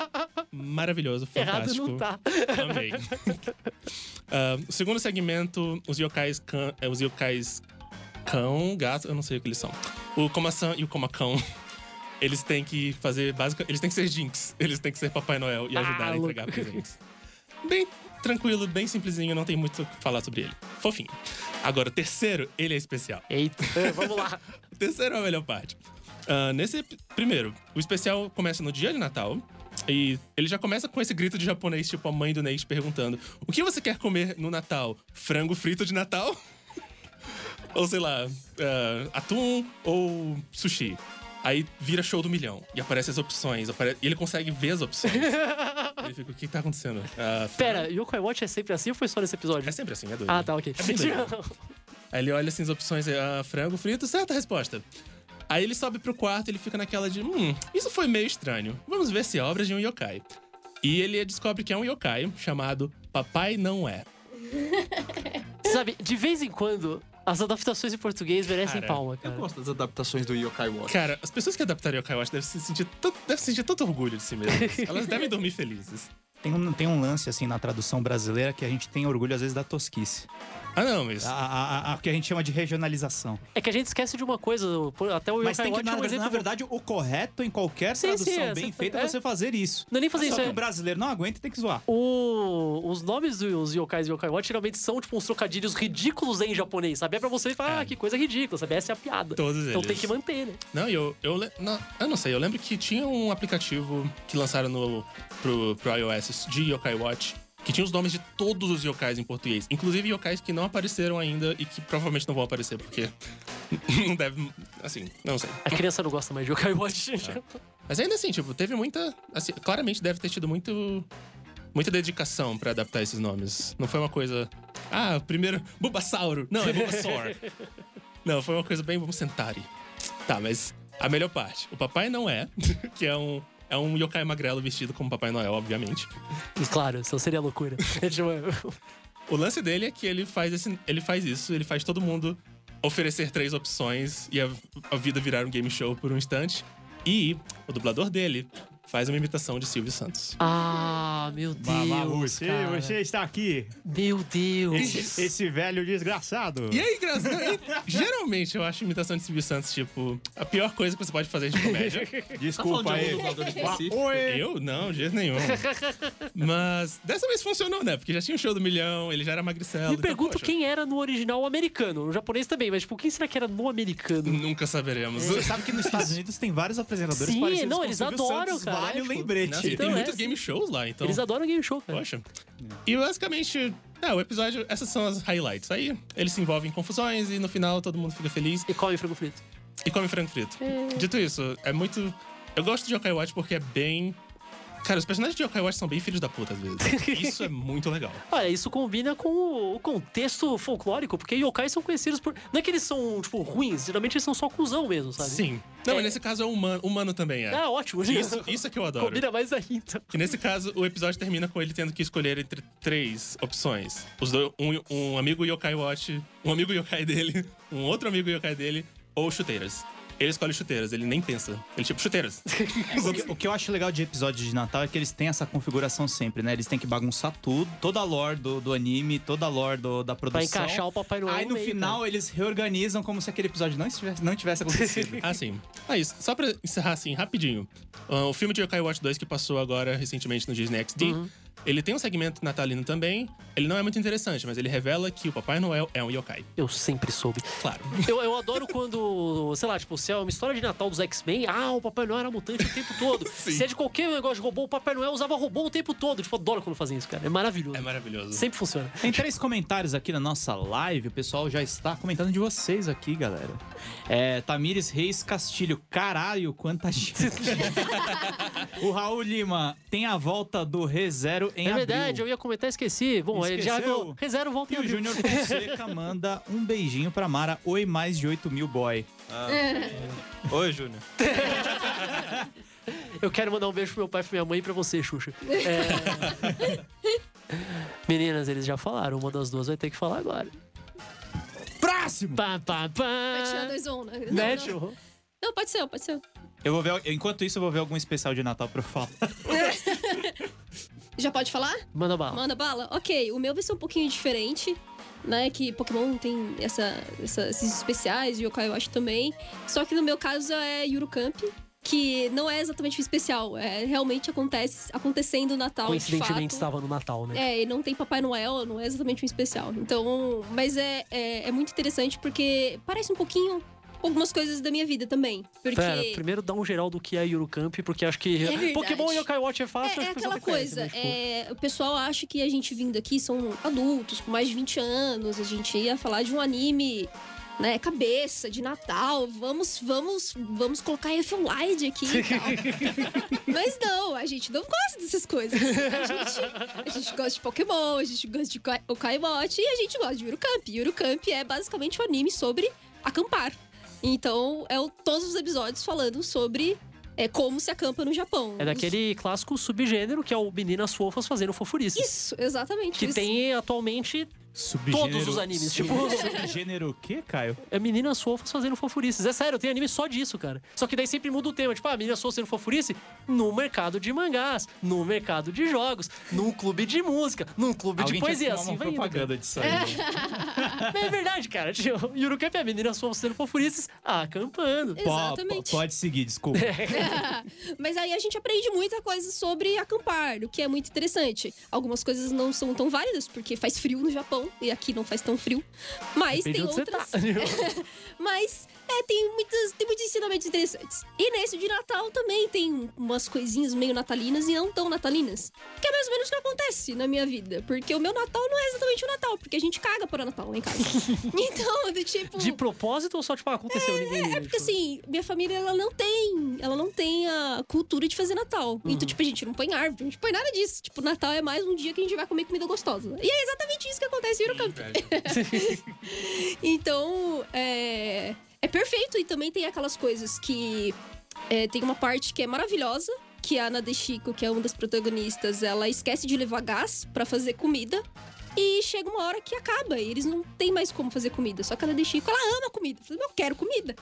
S4: Maravilhoso,
S2: errado
S4: fantástico.
S2: não tá.
S4: Amei. Ah, o segundo segmento, os yokais cão, é, os yokais cão, gato, eu não sei o que eles são. O Komasan e o Komacão, [laughs] eles têm que fazer básica, eles têm que ser jinx, eles têm que ser Papai Noel e ajudar
S2: Ah,
S4: a entregar
S2: louco.
S4: presentes. Bem tranquilo, bem simplesinho, não tem muito o que falar sobre ele. Fofinho. Agora, o terceiro, ele é especial.
S2: Eita, é, vamos lá.
S4: O terceiro é a melhor parte. Ah, nesse primeiro, o especial começa no dia de Natal. E ele já começa com esse grito de japonês, tipo a mãe do Nate perguntando: O que você quer comer no Natal? Frango frito de Natal? [laughs] ou sei lá, ah, atum ou sushi? Aí vira show do milhão e aparecem as opções. apare- E ele consegue ver
S2: [laughs]
S4: as opções. ele fica: O que tá acontecendo? Ah,
S2: Pera, Yoko Watch é sempre assim ou foi só nesse episódio?
S4: É sempre assim, é doido.
S2: Ah, tá, ok.
S4: É
S2: [laughs]
S4: muito legal. Aí ele olha assim as opções, ah, frango frito, certa resposta. Aí ele sobe pro quarto, ele fica naquela de, hum, isso foi meio estranho. Vamos ver se é obra de um yokai. E ele descobre que é um yokai chamado Papai Não É.
S2: Sabe, de vez em quando, as adaptações em português merecem
S4: Cara,
S2: palma,
S5: Eu
S2: cara.
S5: gosto das adaptações do Yokai Watch. Tá
S4: Cara, as pessoas que adaptaram yokai watch devem se sentir tanto, devem sentir tanto orgulho de si mesmas. Elas devem dormir felizes.
S1: Tem um, tem um lance, assim, na tradução brasileira que a gente tem orgulho, às vezes, da tosquice.
S4: Ah, não, mas.
S1: A, a, a, a que a gente chama de regionalização.
S2: É que a gente esquece de uma coisa, pô, até o
S1: Mas tem
S2: Yokai
S1: que,
S2: Watch é
S1: na,
S2: um
S1: na
S2: exemplo.
S1: verdade, o correto em qualquer
S2: Sim, sim,
S1: tradução
S2: é,
S1: bem
S2: você-
S1: feita
S2: é.
S1: é você fazer isso.
S2: Não é nem fazer
S1: Só
S2: isso,
S1: que
S2: é-
S1: o brasileiro não aguenta e tem que zoar.
S2: O- os nomes dos yokais e yokai watch geralmente são tipo uns trocadilhos ridículos em japonês, sabe? É pra você falar, ah, que coisa ridícula, sabe? Essa é a piada.
S4: Todos eles.
S2: então tem que manter, né?
S4: Não, e eu, eu, le- não, eu não sei, eu lembro que tinha um aplicativo que lançaram no, pro, pro iOS de Yokai Watch que tinha os nomes de todos os yokais em português, inclusive yokais que não apareceram ainda e que provavelmente não vão aparecer, porque [laughs] não deve. Assim, não sei.
S2: A criança não gosta mais de yokai watch.
S1: Tá.
S4: Mas ainda assim, tipo, teve muita. assim, claramente deve ter tido muito. Muita dedicação pra adaptar esses nomes. Não foi uma coisa. Ah, primeiro. Bulbasauro! Não, é Bulbasaur. não, foi uma coisa bem. Vamos sentar. aí. Tá, mas a melhor parte. O papai não é, [laughs] que é um. É um yokai magrelo vestido como Papai Noel, obviamente.
S2: E claro, isso seria loucura. [laughs]
S4: O lance dele é que ele faz, esse, ele faz isso, ele faz todo mundo oferecer três opções e a, a vida virar um game show por um instante. E o dublador dele faz uma imitação de Silvio Santos.
S2: ah, meu Deus. cara.
S1: está aqui,
S2: Meu Deus.
S1: velho desgraçado.
S4: E aí, Grazi? não, e- Geralmente eu acho imitação de Silvio Santos, tipo, a pior coisa que você pode fazer de comédia.
S5: Desculpa aí. dublador específico?
S1: Oi!
S4: Eu? Não, de jeito nenhum. Mas dessa vez funcionou, né? Porque já tinha um show do milhão, ele já era magricelo.
S1: tá
S2: Me
S4: então,
S2: pergunto
S4: poxa,
S2: quem era no original americano. No japonês também, mas tipo, quem será que era no americano?
S4: Nunca saberemos. Né?
S1: Você sabe que nos Estados Unidos tem vários apresentadores
S2: Sim,
S1: parecidos
S2: não,
S1: com o
S2: eles
S1: Silvio
S2: adoram,
S1: Santos,
S2: cara,
S1: Vale o
S2: tipo,
S1: lembrete.
S4: Nossa, e
S2: Então,
S4: Assim, tem
S2: é.
S4: muitos game shows lá, então.
S2: Eles adoram game show, cara.
S4: Poxa. E basicamente, é, o episódio, essas são as highlights. Aí eles se envolvem em confusões e no final todo mundo fica feliz
S2: E come frango frito.
S4: e come frango frito. Dito isso, é muito. Eu gosto de Yokai Watch porque é bem. Cara, os personagens de Yokai Watch são bem filhos da puta às vezes. Isso é muito legal.
S2: Olha, isso combina com o- o contexto folclórico, porque yokais são conhecidos por. Não é que eles são, tipo, ruins, geralmente eles são só cuzão mesmo, sabe?
S4: Sim. Não,
S2: É.
S4: mas nesse caso é humano, humano também
S2: [laughs]
S4: é.
S2: Ah, ótimo.
S4: Isso, isso é que eu adoro.
S2: Combina mais ainda.
S4: E nesse caso, o episódio termina com ele tendo que escolher entre três opções. Os dois, um, um amigo yokai watch, um amigo yokai dele, [laughs] um outro amigo yokai dele, ou chuteiras. Ele escolhe chuteiras, ele nem pensa. Ele tipo, chuteiras. Os outros-
S1: O que eu acho legal de episódios de Natal é que eles têm essa configuração sempre, né? Eles têm que bagunçar tudo, toda a lore do, do anime, toda a lore do- da
S2: Pra
S1: produção.
S2: encaixar o Papai Noel.
S1: Aí no
S2: um meio, né?
S1: final
S2: cara.
S1: eles reorganizam como se aquele episódio não estivesse- não tivesse
S2: [laughs]
S1: acontecido.
S4: Ah, sim. Ah, isso. Só pra encerrar assim, rapidinho. Ah, o filme de Yokai Watch 2 que passou agora recentemente no Disney XD,
S2: Uhum.
S4: ele tem um segmento natalino também. Ele não é muito interessante, mas ele revela que o Papai Noel é um yokai.
S2: Eu sempre soube.
S4: Claro.
S2: Eu, eu adoro quando, sei lá, tipo, se é uma história de Natal dos X-Men, ah, o Papai Noel era mutante o tempo
S4: [laughs]
S2: todo. se é de qualquer negócio de robô, o Papai Noel usava robô o tempo todo. Tipo, adoro quando fazem isso, cara. É maravilhoso.
S4: É maravilhoso.
S2: Sempre funciona.
S1: Tem três comentários aqui na nossa live. O pessoal já está comentando de vocês aqui, galera. É, Tamires Reis Castilho. Caralho, quanta
S2: [laughs]
S1: gente. o Raul Lima tem a volta do ReZero em
S2: é verdade,
S1: abril.
S2: eu ia comentar, esqueci. Bom, ele já
S1: Esqueceu?
S2: vou- reserva volta em
S1: E o
S2: abril.
S1: Júnior Fonseca manda um beijinho pra Mara. Oi, mais de 8 mil boy.
S5: Oi, Júnior.
S2: Eu quero mandar um beijo pro meu pai, pra minha mãe e pra você, Xuxa. É. [laughs] Meninas, eles já falaram. Uma das duas vai ter que falar agora.
S1: Próximo!
S2: Pá, pá,
S3: Vai tirar
S2: pá.
S3: dois on, né? Não,
S2: Né,
S3: não.
S2: tio?
S3: Não, pode ser, pode ser.
S1: Eu vou ver, enquanto isso, eu vou ver algum especial de Natal pra eu falar.
S3: Já pode falar?
S2: Manda bala.
S3: Manda bala? Ok, o meu vai ser um pouquinho diferente, né? Que Pokémon tem essa, essa- esses especiais, e Yokai Watch também. Só que no meu caso é Eurocamp, que não é exatamente um especial, é realmente acontece acontecendo o Natal de um fato.
S2: Coincidentemente estava no Natal, né?
S3: É, e não tem Papai Noel, não é exatamente um especial. Então, mas é, é, é muito interessante porque parece um pouquinho algumas coisas da minha vida também. Porque. É
S2: Pera, primeiro dá um geral do que é Eurocamp, porque acho [laughs] que
S3: verdade.
S2: Pokémon e Yokai Watch é fácil,
S3: É, é
S2: acho que o pessoal
S3: aquela
S2: até conhece,
S3: coisa,
S2: né? Tipo,
S3: é, o pessoal acha que a gente vindo aqui são adultos, com mais de 20 anos, a gente ia falar de um anime, né, cabeça, de Natal, vamos, vamos, vamos colocar Light aqui e tal.
S2: [laughs]
S3: Mas não, a gente não gosta dessas coisas. A gente, a gente gosta de Pokémon, a gente gosta de Kai- o Kaiwatch e a gente gosta de Eurocamp. Eurocamp é basicamente um anime sobre acampar. Então, é o- todos os episódios falando sobre é, como se acampa no Japão.
S2: é daquele clássico subgênero que é o Meninas Fofas fazendo fofurices.
S3: Isso, exatamente.
S2: Que
S3: isso.
S2: tem atualmente
S1: Subgênero-
S2: todos os animes,
S1: Sub-
S2: tipo-
S1: Subgênero o quê, Caio?
S2: é meninas fofas fazendo fofurices. É sério, tem anime só disso, cara. Só que daí sempre muda o tema. Tipo, ah, meninas fofas fazendo fofurice no mercado de mangás, no mercado de jogos, num clube de música, num clube
S1: Alguém tinha
S2: de
S1: que
S2: poesia.
S1: tomar
S2: Assim
S1: uma
S2: vai indo, cara.
S1: propaganda disso aí. né?
S2: Mas é verdade, cara. Tipo, Yurukamp é meninas fofas fazendo fofurices acampando.
S1: Po-
S3: Exatamente.
S1: po- Pode seguir, desculpa.
S2: É,
S3: Mas aí a gente aprende muita coisa sobre acampar, o que é muito interessante. Algumas coisas não são tão válidas, porque faz frio no Japão, e aqui não faz tão frio. Mas
S2: Depende
S3: tem
S2: onde você
S3: outras.
S2: tá.
S3: Mas é, tem, muitas, tem muitos ensinamentos interessantes. E nesse de Natal também tem umas coisinhas meio natalinas e não tão natalinas. Que é mais ou menos o que acontece na minha vida. Porque o meu Natal não é exatamente o Natal, porque a gente caga para o Natal lá em
S2: [laughs]
S3: casa. então, do
S2: [laughs]
S3: tipo.
S2: De propósito ou só, tipo, ah, aconteceu ninguém?
S3: É porque assim, minha família ela não tem, ela não tem a cultura de fazer Natal. Então, tipo, a gente não põe árvore, a gente põe nada disso. Tipo, Natal é mais um dia que a gente vai comer comida gostosa. E é exatamente isso que acontece em Eurocamp. [laughs] Então, é, é perfeito. E também tem aquelas coisas que. é, tem uma parte que é maravilhosa, que a Ana de Chico, que é uma das protagonistas, ela esquece de levar gás pra fazer comida. E chega uma hora que acaba, e eles não têm mais como fazer comida. Só que a Ana de Chico, ela ama comida. Eu, falei, "Mas eu quero comida.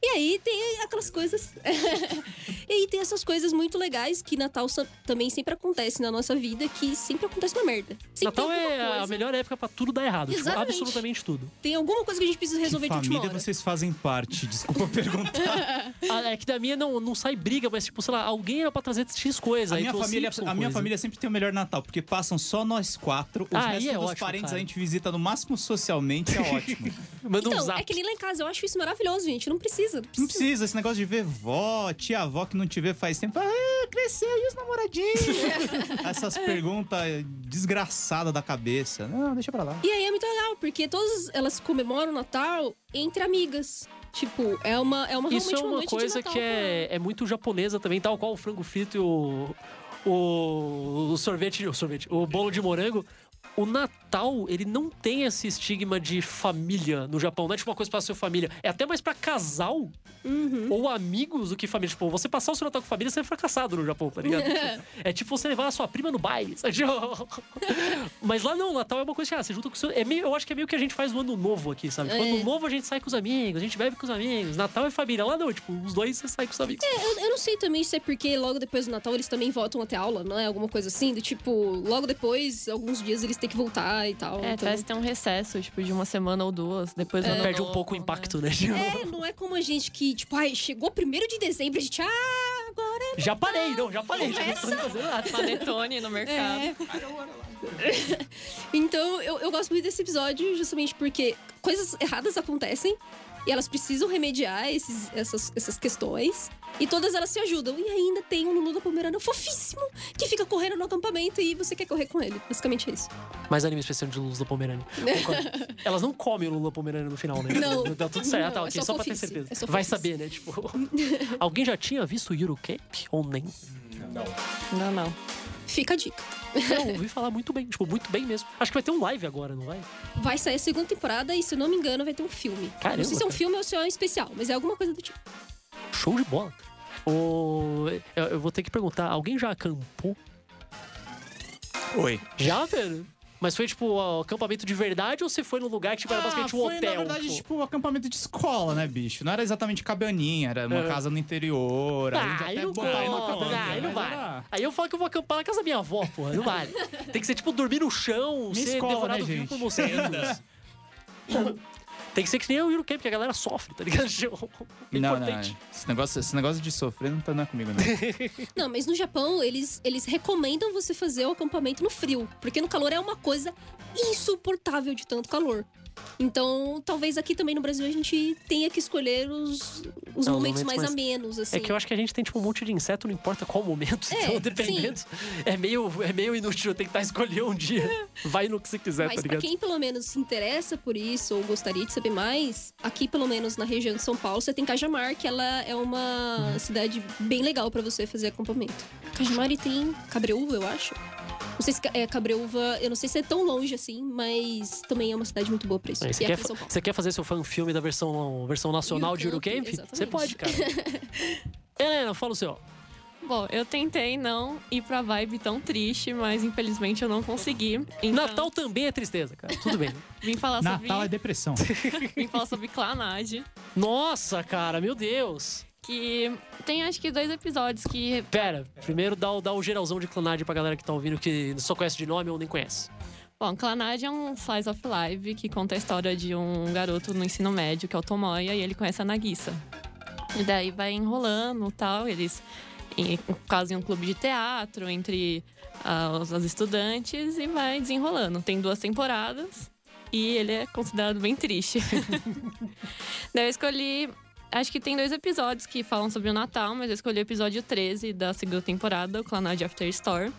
S3: E aí tem aquelas coisas. [laughs] e aí tem essas coisas muito legais que Natal sa- também sempre acontece na nossa vida, que sempre acontece uma merda. Sempre
S2: Natal
S3: tem alguma
S2: é a
S3: coisa.
S2: melhor época pra tudo dar errado. Tipo,
S3: Exatamente.
S2: absolutamente tudo.
S3: Tem alguma coisa que a gente precisa resolver
S1: que
S3: de última
S1: família
S3: hora.
S1: vocês fazem parte?
S2: [laughs]
S1: Desculpa perguntar.
S2: Ah, é que da minha não, não sai briga, mas, tipo, sei lá, alguém era pra trazer X coisa.
S1: A
S2: aí
S1: minha,
S2: trouxe
S1: família, é
S2: Y
S1: a minha
S2: coisa.
S1: família sempre tem o melhor Natal, porque passam só nós quatro. Os
S2: Ah, aí
S1: restos
S2: é
S1: dos
S2: ótimo,
S1: parentes
S2: cara.
S1: a gente visita no máximo socialmente, é
S2: [laughs]
S1: ótimo.
S2: Manda um
S3: Então,
S2: zap.
S3: é que nem lá em casa, eu acho isso maravilhoso, gente. Não precisa, não
S1: Não
S3: precisa.
S1: precisa, esse negócio de ver vó, tia avó que não te vê faz tempo. Ah, cresceu, e os
S2: [laughs]
S1: namoradinhos? Essas perguntas desgraçadas da cabeça. Não, deixa pra lá.
S3: E aí é muito legal, porque todas elas comemoram o Natal entre amigas. Tipo, é uma, é uma
S2: Isso é
S3: realmente uma,
S2: uma
S3: noite de
S2: coisa
S3: Natal
S2: que
S3: pra-
S2: é, é muito japonesa também, tal qual o frango frito e o, o, o sorvete, o sorvete, o bolo de morango. O Natal, ele não tem esse estigma de família no Japão. Não é tipo uma coisa pra ser família. É até mais pra casal
S3: Uhum.
S2: ou amigos do que família. Tipo, você passar o seu Natal com família, você é fracassado no Japão, tá
S3: [laughs]
S2: ligado? é tipo você levar a sua prima no baile. sabe? [laughs] Mas lá não, Natal é uma coisa que ah, você junta com o seu. É meio, eu acho que é meio que a gente faz no ano novo aqui, sabe? Tipo,
S3: É.
S2: ano novo a gente sai com os amigos, a gente bebe com os amigos. Natal é família. Lá não, tipo, os dois você sai com os amigos.
S3: Eu, eu não sei também se é porque logo depois do Natal eles também voltam até aula, não é? Alguma coisa assim, do tipo, logo depois, alguns dias eles têm que voltar e tal.
S6: É,
S3: então-
S6: parece ter um recesso, tipo, de uma semana ou duas. Depois do ano
S2: né? Perde um
S6: novo,
S2: pouco o
S6: né?
S2: impacto, né? Tipo,
S3: É, não é como a gente que, tipo, ai, chegou primeiro de dezembro, a gente, ah, agora.
S2: [laughs] Já parei, não, já parei. Já não tô
S3: Começa.
S2: fazendo nada.
S6: É, Panetone no mercado.
S3: É. então, eu, eu gosto muito desse episódio justamente porque coisas erradas acontecem e elas precisam remediar esses, essas, essas questões. E todas elas se ajudam. E ainda tem um Lulu da Pomerana fofíssimo que fica correndo no acampamento e você quer correr com ele. Basicamente é isso.
S2: Mais anime especial de Lula
S3: [laughs]
S2: Pomerânia. Concordo. Elas não comem o Lula Pomerânia no final, né?
S3: Não.
S2: Dá tudo certo. Ah, tá,
S3: Não, é
S2: ok,
S3: só
S2: só pra ter
S3: fofice.
S2: certeza.
S3: É só
S2: Vai
S3: fofice.
S2: saber, né? Tipo. [laughs] Alguém já tinha visto o Eurocape ou nem?
S6: Não, não.
S3: Fica a dica.
S2: Eu ouvi falar muito bem, tipo, muito bem mesmo. Acho que vai ter um live agora, não vai?
S3: Vai sair a segunda temporada e, se eu não me engano, vai ter um filme.
S2: Caramba,
S3: não sei se é um
S2: cara.
S3: filme ou se é um especial, mas é alguma coisa
S2: [laughs]
S3: do tipo.
S2: Show de bola. Ô, eu, eu vou ter que perguntar, alguém já acampou?
S8: Oi.
S1: [laughs]
S2: Já, velho? Mas foi tipo ó, acampamento de verdade ou você foi num lugar
S8: Ah,
S2: que tipo, era basicamente um
S1: Ah, foi,
S2: hotel?
S1: na verdade,
S2: tipo?
S1: tipo, um acampamento de escola, né, bicho? Não era exatamente cabaninha, era uma
S2: É.
S1: casa no interior. a gente
S2: Ah, aí
S1: até
S2: não
S1: botar
S2: vai,
S1: uma
S2: não,
S1: cabana,
S2: ah, aí não
S1: né? mas
S2: vai.
S1: era-
S2: Aí eu falo que eu vou acampar na casa da minha avó, porra,
S1: [laughs]
S2: não vale. Tem que ser tipo dormir no chão,
S1: Minha
S2: ser
S1: escola,
S2: devorado
S1: né,
S2: vivo
S1: gente? [laughs]
S2: por mosquitos. Tem que ser que nem o Eurocamp, que a galera sofre, tá ligado? [laughs] É
S1: Não, não,
S2: importante.
S1: esse negócio, esse negócio de sofrer não tá não é comigo,
S2: [laughs]
S1: não.
S3: Não, mas no Japão, eles, eles recomendam você fazer o acampamento no frio. Porque no calor é uma coisa insuportável de tanto calor. Então, talvez aqui também no Brasil a gente tenha que escolher os, os
S2: Não, É,
S3: momentos
S2: momentos
S3: mais,
S2: mais-
S3: amenos, assim.
S2: É que eu acho que a gente tem, tipo, um monte de inseto, não importa qual momento.
S3: É,
S2: então, dependendo. É meio, é meio inútil eu tentar escolher um dia. Vai no que você quiser,
S3: Mas
S2: tá
S3: pra
S2: ligado?
S3: quem pelo menos se interessa por isso ou gostaria de saber mais, aqui pelo menos na região de São Paulo, você tem Cajamar, que ela é
S2: Uhum.
S3: uma cidade bem legal pra você fazer acampamento. Cajamar e tem cabreúva, eu acho. Não sei se ca- é cabreúva, eu não sei se é tão longe assim, mas também é uma cidade muito boa pra isso.
S2: Aí, Você
S3: E é
S2: quer,
S3: aqui em São Paulo.
S2: você quer fazer seu fã-filme da versão, versão nacional de
S3: Eurocamp,
S2: Eurocamp?
S3: exatamente.
S2: Você pode,
S3: [laughs]
S2: cara. Helena, fala o seu.
S6: Bom, eu tentei não ir pra vibe tão triste, mas infelizmente eu não consegui. Então,
S2: Natal também é tristeza, cara. Tudo bem.
S6: vim falar
S8: Natal é
S6: sobre,
S8: depressão.
S6: vim falar sobre Clanade.
S2: Nossa, cara, meu Deus.
S6: Que tem acho que dois episódios que.
S2: Pera, primeiro dá, o- dá o geralzão de clonagem pra galera que tá ouvindo que só conhece de nome ou nem conhece.
S6: Bom, Clanade é um slice of life que conta a história de um garoto no ensino médio, que é o Tomoya, e ele conhece a Nagisa. E daí vai enrolando e tal. Eles em- fazem um clube de teatro entre ah, os, os estudantes e vai desenrolando. Tem duas temporadas e ele é considerado bem triste. [laughs] daí eu escolhi. Acho que tem dois episódios que falam sobre o Natal, mas eu escolhi o episódio 13 da segunda temporada, o Clanade After Store.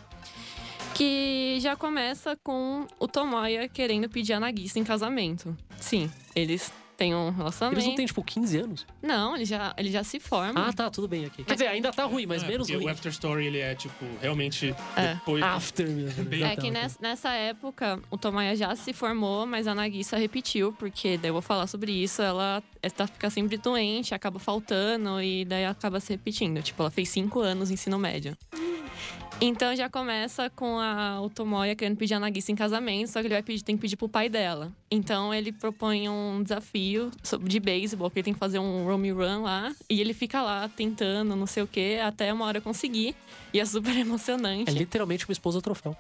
S6: Que já começa com o Tomoya querendo pedir a Nagisa em casamento. Sim, eles têm um relacionamento.
S2: Eles não têm, tipo, 15 anos?
S6: Não, ele já, ele já se forma.
S3: Hum.
S2: Ah, tá, tudo bem aqui. Quer dizer, ainda tá ruim, mas
S4: Ah,
S2: menos
S4: porque
S2: ruim.
S4: O After Story, ele é, tipo, realmente
S6: É.
S4: depois...
S2: After mesmo. né?
S4: Bem-
S6: é que nessa, nessa época, o Tomaya já se formou, mas a Nagisa repetiu, porque daí eu vou falar sobre isso. Ela está fica sempre doente, acaba faltando e daí acaba se repetindo. Tipo, ela fez cinco anos de ensino médio. Então já começa com a, o Tomoya querendo pedir a Nagisa em casamento, só que ele vai pedir, tem que pedir pro pai dela. Então ele propõe um desafio sobre- de beisebol, que ele tem que fazer um home run lá, e ele fica lá tentando, não sei o quê, até uma hora conseguir. E é super [laughs] emocionante.
S2: É literalmente uma esposa troféu.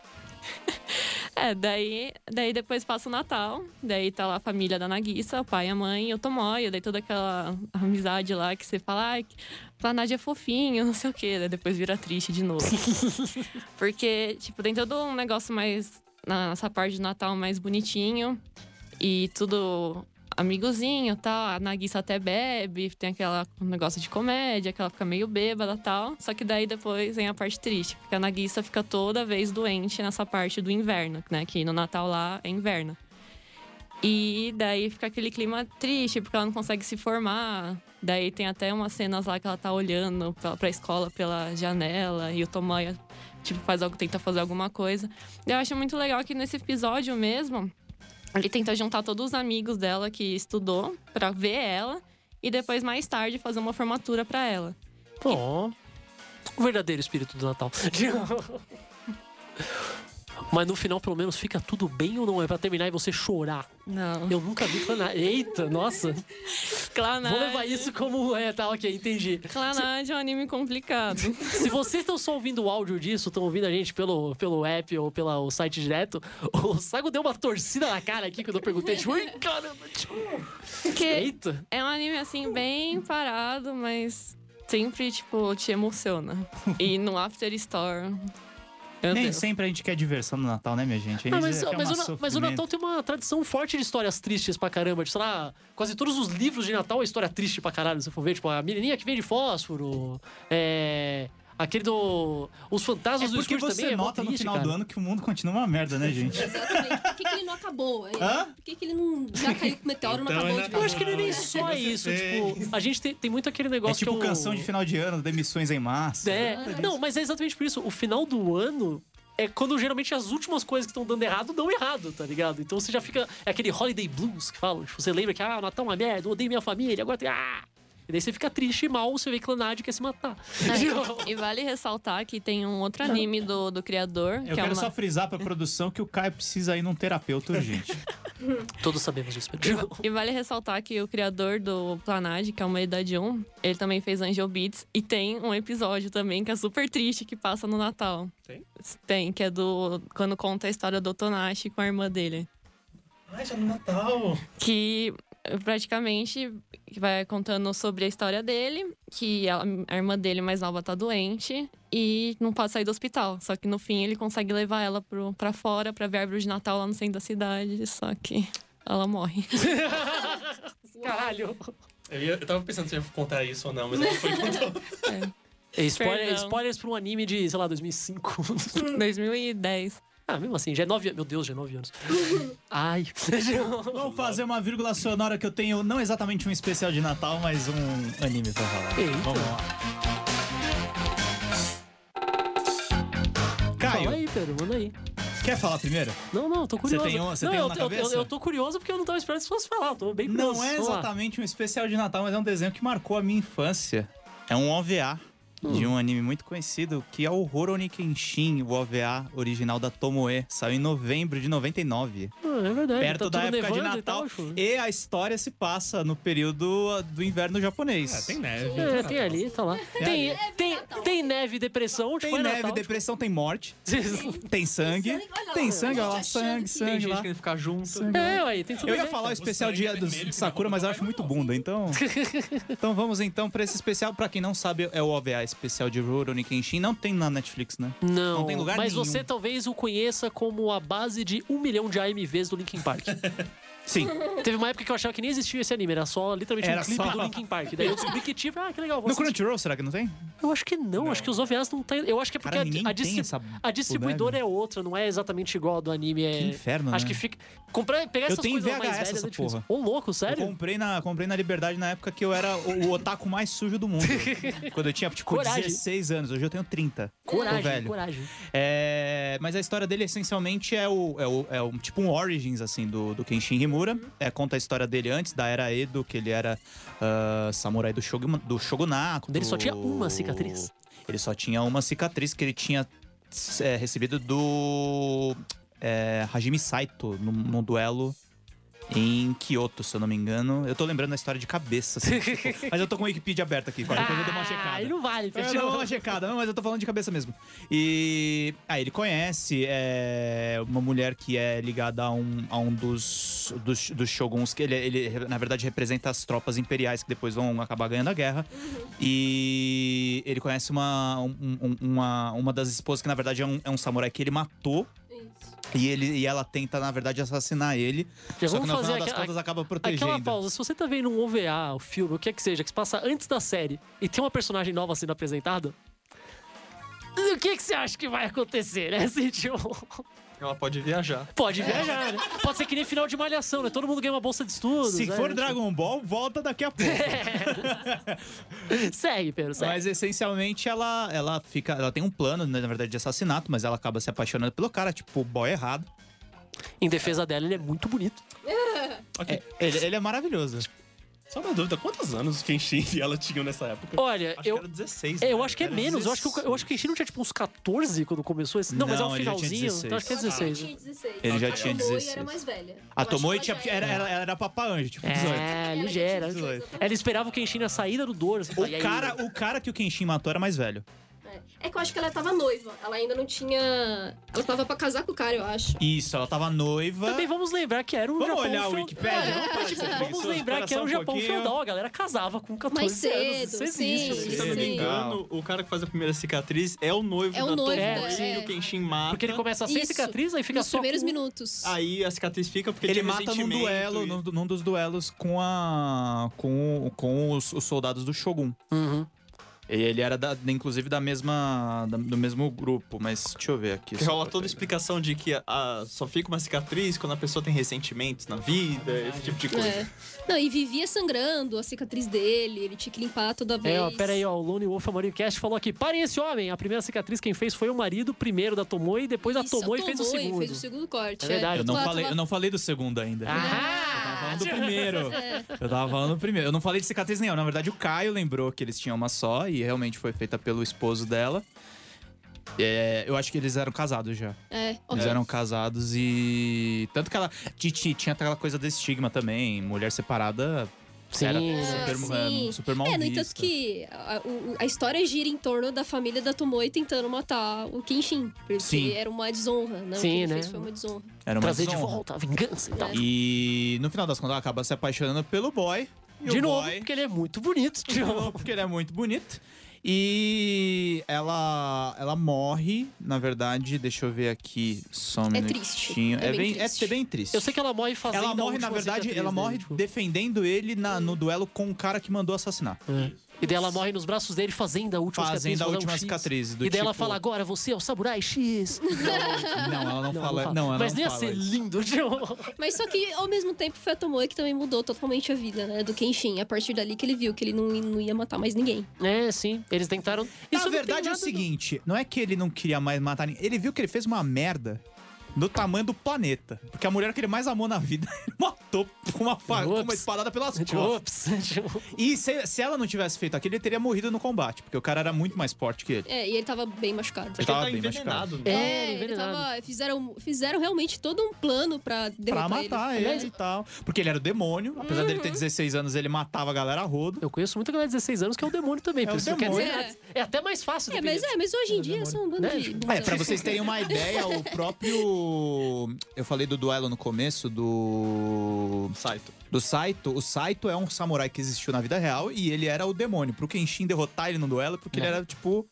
S6: É, daí, daí depois passa o Natal, daí tá lá a família da Nagisa, o pai, a mãe e o Tomoya, daí toda aquela amizade lá que você fala, ai, que- Planade é fofinho, não sei o quê, daí depois vira triste de novo. Porque, tipo, tem todo um negócio mais. na- Nessa parte do Natal mais bonitinho e tudo amigozinho tal. A Nagisa até bebe, tem aquele negócio de comédia, que ela fica meio bêbada tal. Só que daí depois vem a parte triste, porque a Nagisa fica toda vez doente nessa parte do inverno, né? Que no Natal lá é inverno. E daí fica aquele clima triste, porque ela não consegue se formar. Daí tem até umas cenas lá que ela tá olhando pra, pra escola pela janela e o Tomoya, tipo, faz algo, tenta fazer alguma coisa. Eu acho muito legal que nesse episódio mesmo, ele tenta juntar todos os amigos dela que estudou pra ver ela e depois, mais tarde, fazer uma formatura pra ela.
S2: Ó. O verdadeiro espírito do Natal. [laughs] Mas no final, pelo menos, fica tudo bem ou não? É pra terminar e você chorar.
S6: Não.
S2: Eu nunca vi planar. Eita, nossa.
S6: Clanade.
S2: Vou levar isso como. É, tá, ok, entendi.
S6: Clanade é um
S2: [laughs]
S6: anime complicado.
S2: Se vocês estão só ouvindo o áudio disso, estão ouvindo a gente pelo, pelo app ou pelo site direto, [laughs] o Sago deu uma torcida na cara aqui quando eu perguntei. Tipo, "Ui, caramba, tipo,
S6: Porque
S2: eita.
S6: é um anime, assim, bem parado, mas sempre, tipo, te emociona. E no After Store. Meu
S8: Nem
S6: Deus.
S8: sempre a gente quer diversão no Natal, né, minha gente?
S2: Ah,
S8: Eles
S2: mas,
S8: querem
S2: mas
S8: uma
S2: o, Na- mas o
S8: sofrimento.
S2: Natal tem uma tradição forte de histórias tristes pra caramba. Tipo, sei lá, quase todos os livros de Natal é história triste pra caralho. Se você for ver, tipo, a menininha que vende fósforo, é. Aquele do. Os
S8: É
S2: fantasmas do
S8: porque
S2: escuro
S8: você
S2: também
S8: nota
S2: é mó
S8: no
S2: triste,
S8: final
S2: cara.
S8: do ano que o mundo continua uma merda, né, gente?
S3: Exatamente. Por que, que ele não acabou? É,
S8: Hã?
S3: Por que, que ele não já caiu com o meteoro não
S4: Então,
S3: acabou?
S4: ainda
S3: de
S4: tá
S2: Eu
S3: vez?
S2: acho que não é nem
S4: Você
S2: só isso.
S4: fez.
S2: Tipo, a gente tem, tem muito aquele
S8: né? É
S2: negócio
S8: tipo
S2: que é o...
S8: canção de final de ano, demissões em
S2: [laughs]
S8: massa.
S2: É. Não, mas é exatamente por isso. O final do ano é quando geralmente as últimas coisas que estão dando errado dão errado, tá ligado? Então você já fica. É aquele holiday blues que falam. Tipo, você lembra que, ah, Natal é uma merda, eu odeio minha família, agora tem. Ah! E daí você fica triste e mal, você vê que Clanad quer se matar.
S6: É, [laughs] e vale ressaltar que tem um outro anime do, do criador,
S8: Eu
S6: que é
S8: quero
S6: uma...
S8: só frisar pra produção que o Caio precisa ir num terapeuta urgente.
S2: [laughs] Todos sabemos disso, Pedro.
S6: E vale ressaltar que o criador do Planade, que é uma idade 1, ele também fez Angel Beats e tem um episódio também que é super triste que passa no Natal.
S4: Tem?
S6: Tem, que é do quando conta a história do Tonashi com a irmã dele,
S4: Ai, já Ah, é no Natal!
S6: que eh, praticamente vai contando sobre a história dele, que a, a irmã dele mais nova tá doente e não pode sair do hospital. Só que no fim ele consegue levar ela pro, pra fora, pra ver a árvore de Natal lá no centro da cidade, só que Ela morre.
S2: Caralho.
S4: Eu, ia- eu tava pensando se eu ia contar isso ou não, mas não foi contou.
S2: É, Spoiler,
S6: Perdão.
S2: spoilers pra um anime de, sei lá, 2005.
S6: 2010.
S2: [laughs] ah, mesmo assim, já é nove anos. Meu Deus, já é nove anos. [laughs] Ai.
S1: Vou fazer uma vírgula sonora que eu tenho, não exatamente um especial de Natal, mas um anime pra falar.
S2: Eita.
S1: Vamos lá. Caio,
S2: Fala aí, Pedro, manda aí.
S1: quer falar primeiro?
S2: Não, não, eu tô curioso.
S1: tem um- você
S2: não,
S1: tem
S2: eu,
S1: um na
S2: eu- eu-
S1: cabeça?
S2: eu tô curioso porque eu não tava esperando as pessoas falar. Eu tô bem curioso.
S1: Não é
S2: Vamos lá.
S1: exatamente um especial de Natal, mas é um desenho que marcou a minha infância. É um OVA
S2: Hum.
S1: de um anime muito conhecido que é o Rurouni Kenshin, o OVA original da Tomoe. Saiu em novembro de 99.
S2: Ah, é verdade.
S1: perto
S2: tá
S1: da
S2: tudo
S1: época de
S2: nevando e
S1: Natal.
S2: tal, chuva.
S1: E a história se passa no período ah, do inverno japonês.
S4: [laughs] Ah, tem neve.
S2: É, tem ali, tá lá. Tem, tem, tem neve e depressão,
S1: Tem
S2: tipo, é
S1: neve,
S2: Natal.
S1: depressão, tem morte, tem sangue,
S3: sangue, olha lá,
S1: tem
S3: olha
S1: sangue,
S3: lá,
S1: olha lá,
S3: achando
S1: sangue,
S3: que
S5: Tem
S1: sangue
S5: gente
S1: lá.
S5: querendo ficar junto.
S2: [laughs] É, ué, tem tudo
S1: Eu ia
S2: bem.
S1: falar o especial
S4: sangue
S1: dia
S4: é
S1: do
S4: vermelho, que na
S1: Sakura,
S4: roupa
S1: mas eu
S4: não
S1: acho
S4: vai
S1: muito bunda, então. então vamos então pra esse especial. Pra quem não sabe, é o OVA especial de Rurouni Kenshin. Não tem na Netflix, né?
S2: Não,
S1: Não tem lugar
S2: mas
S1: nenhum.
S2: você talvez o conheça como a base de um milhão de AMVs do Linkin Park.
S1: [laughs] Sim.
S2: Teve uma época que eu achava que nem existia esse anime, era só literalmente
S1: Era
S2: um clipe
S1: só-
S2: do
S1: [laughs]
S2: Linkin Park. Daí eu descobri que tinha, ah, que legal, vou
S1: No
S2: assistir.
S1: Crunchyroll, será que não tem?
S2: Eu acho que não, acho que os OVAs não tem. Eu acho que é porque
S1: Cara,
S2: a-
S1: ninguém
S2: a,
S1: tem
S2: distri-
S1: essa né?
S2: a distribuidora é outra, não é exatamente igual a do anime. É...
S1: Que inferno,
S2: acho
S1: né?
S2: que fica. Comprar, pegar
S1: Eu
S2: essas
S1: tenho
S2: coisas mais
S1: VHS
S2: velhas
S1: essa
S2: é difícil.
S1: porra.
S2: Ô, louco,
S1: Eu
S2: sério?
S1: comprei na, comprei na Liberdade na época que eu era o, o otaku mais sujo do mundo. Quando eu tinha, tipo,
S2: Coragem.
S1: 16 anos. Hoje eu tenho 30.
S2: Coragem,
S1: Tô velho.
S2: coragem.
S1: É, mas a história dele essencialmente é o, é o- é um tipo um origins assim do, do Kenshin Himura. É, conta a história dele antes da era Edo, que ele era ah, samurai do, shogun, do shogunato.
S2: Ele só tinha uma cicatriz.
S1: Ele só tinha uma cicatriz que ele tinha é, recebido do é, Hajime Saito num, num duelo em Kyoto, se eu não me engano. Eu tô lembrando a história de cabeça, assim, [laughs] tipo, mas eu tô com a Wikipedia aberta aqui, qualquer coisa é eu dou uma checada.
S2: aí Ah, não vale,
S1: Eu não vou dar
S2: fechou.
S1: checada, não, mas eu tô falando de cabeça mesmo. E aí ele conhece é, uma mulher que é ligada a um, a um dos, dos, dos shoguns, que ele, ele, na verdade representa as tropas imperiais que depois vão acabar ganhando a guerra.
S2: Uhum.
S1: E ele conhece uma, um- um- uma, uma das esposas que na verdade é um, é um samurai que ele matou. E, ele, e ela tenta, na verdade, assassinar ele.
S2: Já
S1: só que
S2: vamos
S1: no
S2: fazer
S1: final das
S2: aquela-
S1: contas acaba protegendo.
S2: Aquela pausa, se você tá vendo um OVA, um filme, o que é que seja, que se passa antes da série e tem uma personagem nova sendo apresentada, o que, que você acha que vai acontecer, né? Assim, tipo,
S5: Ela pode viajar.
S2: pode viajar, né? Pode ser que nem final de malhação, né? Todo mundo ganha uma bolsa de estudos.
S1: Se
S2: né?
S1: for Dragon Ball, volta daqui a pouco.
S2: É. Segue, Pedro, segue.
S1: Mas essencialmente ela, ela fica. Ela tem um plano, né, na verdade, de assassinato, mas ela acaba se apaixonando pelo cara, tipo, boy errado.
S2: Em defesa dela, ele é muito bonito.
S1: É, ele, ele é maravilhoso.
S4: Só uma dúvida, quantos anos o Kenshin e ela tinham nessa época?
S2: Olha,
S5: Acho
S2: eu.
S5: que era 16.
S2: é,
S5: né?
S2: eu acho que é
S5: Era
S2: menos. Eu acho que, o- eu acho que o Kenshin não tinha tipo uns 14 quando começou esse. Não, mas é um
S1: Não, ele já tinha
S2: finalzinho. Então acho que é
S3: 16.
S2: 16. né?
S3: Tinha 16.
S1: Ele já
S3: A
S1: tinha
S3: Tomoe
S1: 16.
S3: era mais velha. Eu
S1: A
S3: acho que
S1: Tomoe
S3: ela
S1: tinha,
S3: já
S1: era, era, era papa anjo, tipo, 18.
S2: É, ligeira.
S3: Ela tinha 18,
S2: Ela esperava o Kenshin na saída do Doors.
S1: O cara, o cara que o Kenshin matou era mais velho.
S3: É. É que eu acho que ela tava noiva. Ela ainda não tinha. Ela tava pra casar com o cara, eu acho.
S1: Isso, ela tava noiva.
S2: Também vamos lembrar que era um
S1: Vamos
S2: Japão
S1: olhar o
S2: feudal.
S1: Wikipedia, vamos parar de ser
S2: É, Vamos
S1: preguiçoso,
S2: lembrar
S1: espera
S2: que era
S1: só
S2: um
S1: um
S2: Japão
S1: pouquinho.
S2: feudal. A galera casava com 14
S3: Mais cedo,
S2: anos. Isso existe.
S3: sim,
S5: Se eu não me
S3: Sim.
S5: engano, o cara que faz a primeira cicatriz é o noivo
S3: É o
S5: da
S3: noivo,
S5: Tomoe
S3: é.
S5: e o Kenshin mata.
S2: Porque ele começa sem
S3: Isso.
S2: cicatriz, aí fica
S3: Nos
S2: só.
S3: primeiros
S2: com-
S3: minutos.
S5: Aí a cicatriz fica porque
S1: Ele
S5: tinha
S1: mata num
S5: ressentimento
S1: duelo,
S5: e-
S1: num, num dos duelos com a. com, com os, os soldados do Shogun.
S2: Uhum.
S1: E ele era, da- inclusive, da mesma. da- do mesmo grupo, mas deixa eu ver aqui.
S5: Que
S1: só
S5: rola
S1: pra
S5: toda a
S1: pegar.
S5: explicação de que ah, só fica uma cicatriz quando a pessoa tem ressentimentos na vida, esse tipo de coisa.
S3: É. Não, e vivia sangrando a cicatriz dele, ele tinha que limpar toda vez.
S2: É, ó, pera aí, ó. O Lone Wolf Amorim Cast falou aqui: parem esse homem. A primeira cicatriz quem fez foi o marido, primeiro da Tomoe, depois a
S3: Isso,
S2: Tomoe fez o
S3: Tomoe
S2: segundo.
S3: fez o segundo corte.
S2: É verdade.
S1: Eu não,
S3: Ela
S1: falei,
S3: tava-
S1: eu não falei do segundo ainda.
S2: Ah!
S1: Eu tava falando do primeiro.
S3: [laughs] É.
S1: Eu tava falando do primeiro. Eu não falei de cicatriz nenhuma. Na verdade, o Caio lembrou que eles tinham uma só e realmente foi feita pelo esposo dela. É, eu acho que eles eram casados já.
S3: É, ó,
S1: Eles eram casados e. Tanto que ela. Titi tinha aquela coisa do estigma também. Mulher separada
S2: Sim.
S1: era
S2: né?
S1: super,
S3: Ah, sim.
S1: é, super mal
S3: É, no entanto
S1: vista.
S3: que a, o- a história gira em torno da família da Tomoe tentando matar o Kenshin. Porque
S1: Sim.
S3: era uma desonra, né?
S2: Sim,
S3: o que ele
S2: né?
S3: fez foi uma desonra.
S1: Era uma
S2: Trazer de
S1: desonra.
S2: volta a vingança e tal.
S1: E no final das contas, ela acaba se apaixonando pelo boy. E
S2: De
S1: o
S2: novo,
S1: boy- [laughs]
S2: porque ele é muito bonito. De
S1: De
S2: novo.
S1: novo, porque ele é muito bonito. E ela, ela morre, na verdade, deixa eu ver aqui só um
S3: É
S1: minutinho.
S3: triste, é
S1: É,
S3: bem
S1: bem,
S3: triste.
S1: É bem triste.
S2: Eu sei que ela morre fazendo.
S1: ela
S2: a
S1: morre, na
S2: última
S1: verdade,
S2: cicatriz
S1: ela
S2: dele,
S1: morre
S2: tipo.
S1: defendendo ele na- no duelo com o cara que mandou
S3: [laughs]
S1: assassinar.
S2: E daí ela morre nos braços dele fazendo a última cicatriz.
S1: Fazendo a
S2: vou dar um
S1: última
S2: X.
S1: cicatriz. Do
S2: E daí ela
S1: tipo-
S2: fala, agora você é o Samurai X.
S1: Não, ela não,
S2: Não,
S1: fala. Não, ela
S2: Mas
S1: não
S2: nem ia
S1: fala
S3: assim,
S2: ser
S1: isso.
S2: lindo, tipo.
S3: [laughs] Mas só que, ao mesmo tempo, foi a Tomoe que também mudou totalmente a vida, né? Do Kenshin. A partir dali que ele viu que ele não, não ia matar mais ninguém.
S2: É, sim. Eles tentaram.
S1: Na
S2: não tem
S1: verdade é o
S2: nada do-
S1: seguinte, não é que ele não queria mais matar ninguém. Ele viu que ele fez uma merda do tamanho do planeta. Porque a mulher que ele mais amou na vida, [laughs] ele matou com uma, fa- com uma
S2: Ups.
S1: espadada pelas [laughs]
S2: Tipo,
S1: costas.
S2: Ops. tipo,
S1: E se, se ela não tivesse feito aquilo, ele teria morrido no combate. Porque o cara era muito mais forte que ele.
S3: É, e ele tava bem machucado.
S1: Ele tava bem machucado.
S5: envenenado, né?
S2: [laughs] É,
S3: ele
S2: envenenado.
S3: tava- fizeram, fizeram realmente todo um plano pra
S1: Pra
S3: derrotar
S2: É
S3: É,
S1: matar ele, e tal. Porque ele era o demônio. Apesar dele
S2: Uhum.
S1: ter 16 anos, ele matava a galera a rodo.
S2: Eu conheço muita galera de 16 anos que é o demônio
S1: [laughs]
S2: também.
S1: É
S2: por
S1: o
S2: isso que quer dizer,
S1: demônio.
S2: é até mais fácil.
S3: É,
S2: dependendo.
S3: mas é, mas hoje em dia é só um bando
S2: Né?
S3: de...
S1: É, pra vocês terem uma ideia, o próprio. Eu falei do duelo no começo do.
S5: Saito.
S1: Do Saito. O Saito é um samurai que existiu na vida real e ele era o demônio. Pro Kenshin derrotar ele no duelo, porque
S2: É.
S1: ele era tipo.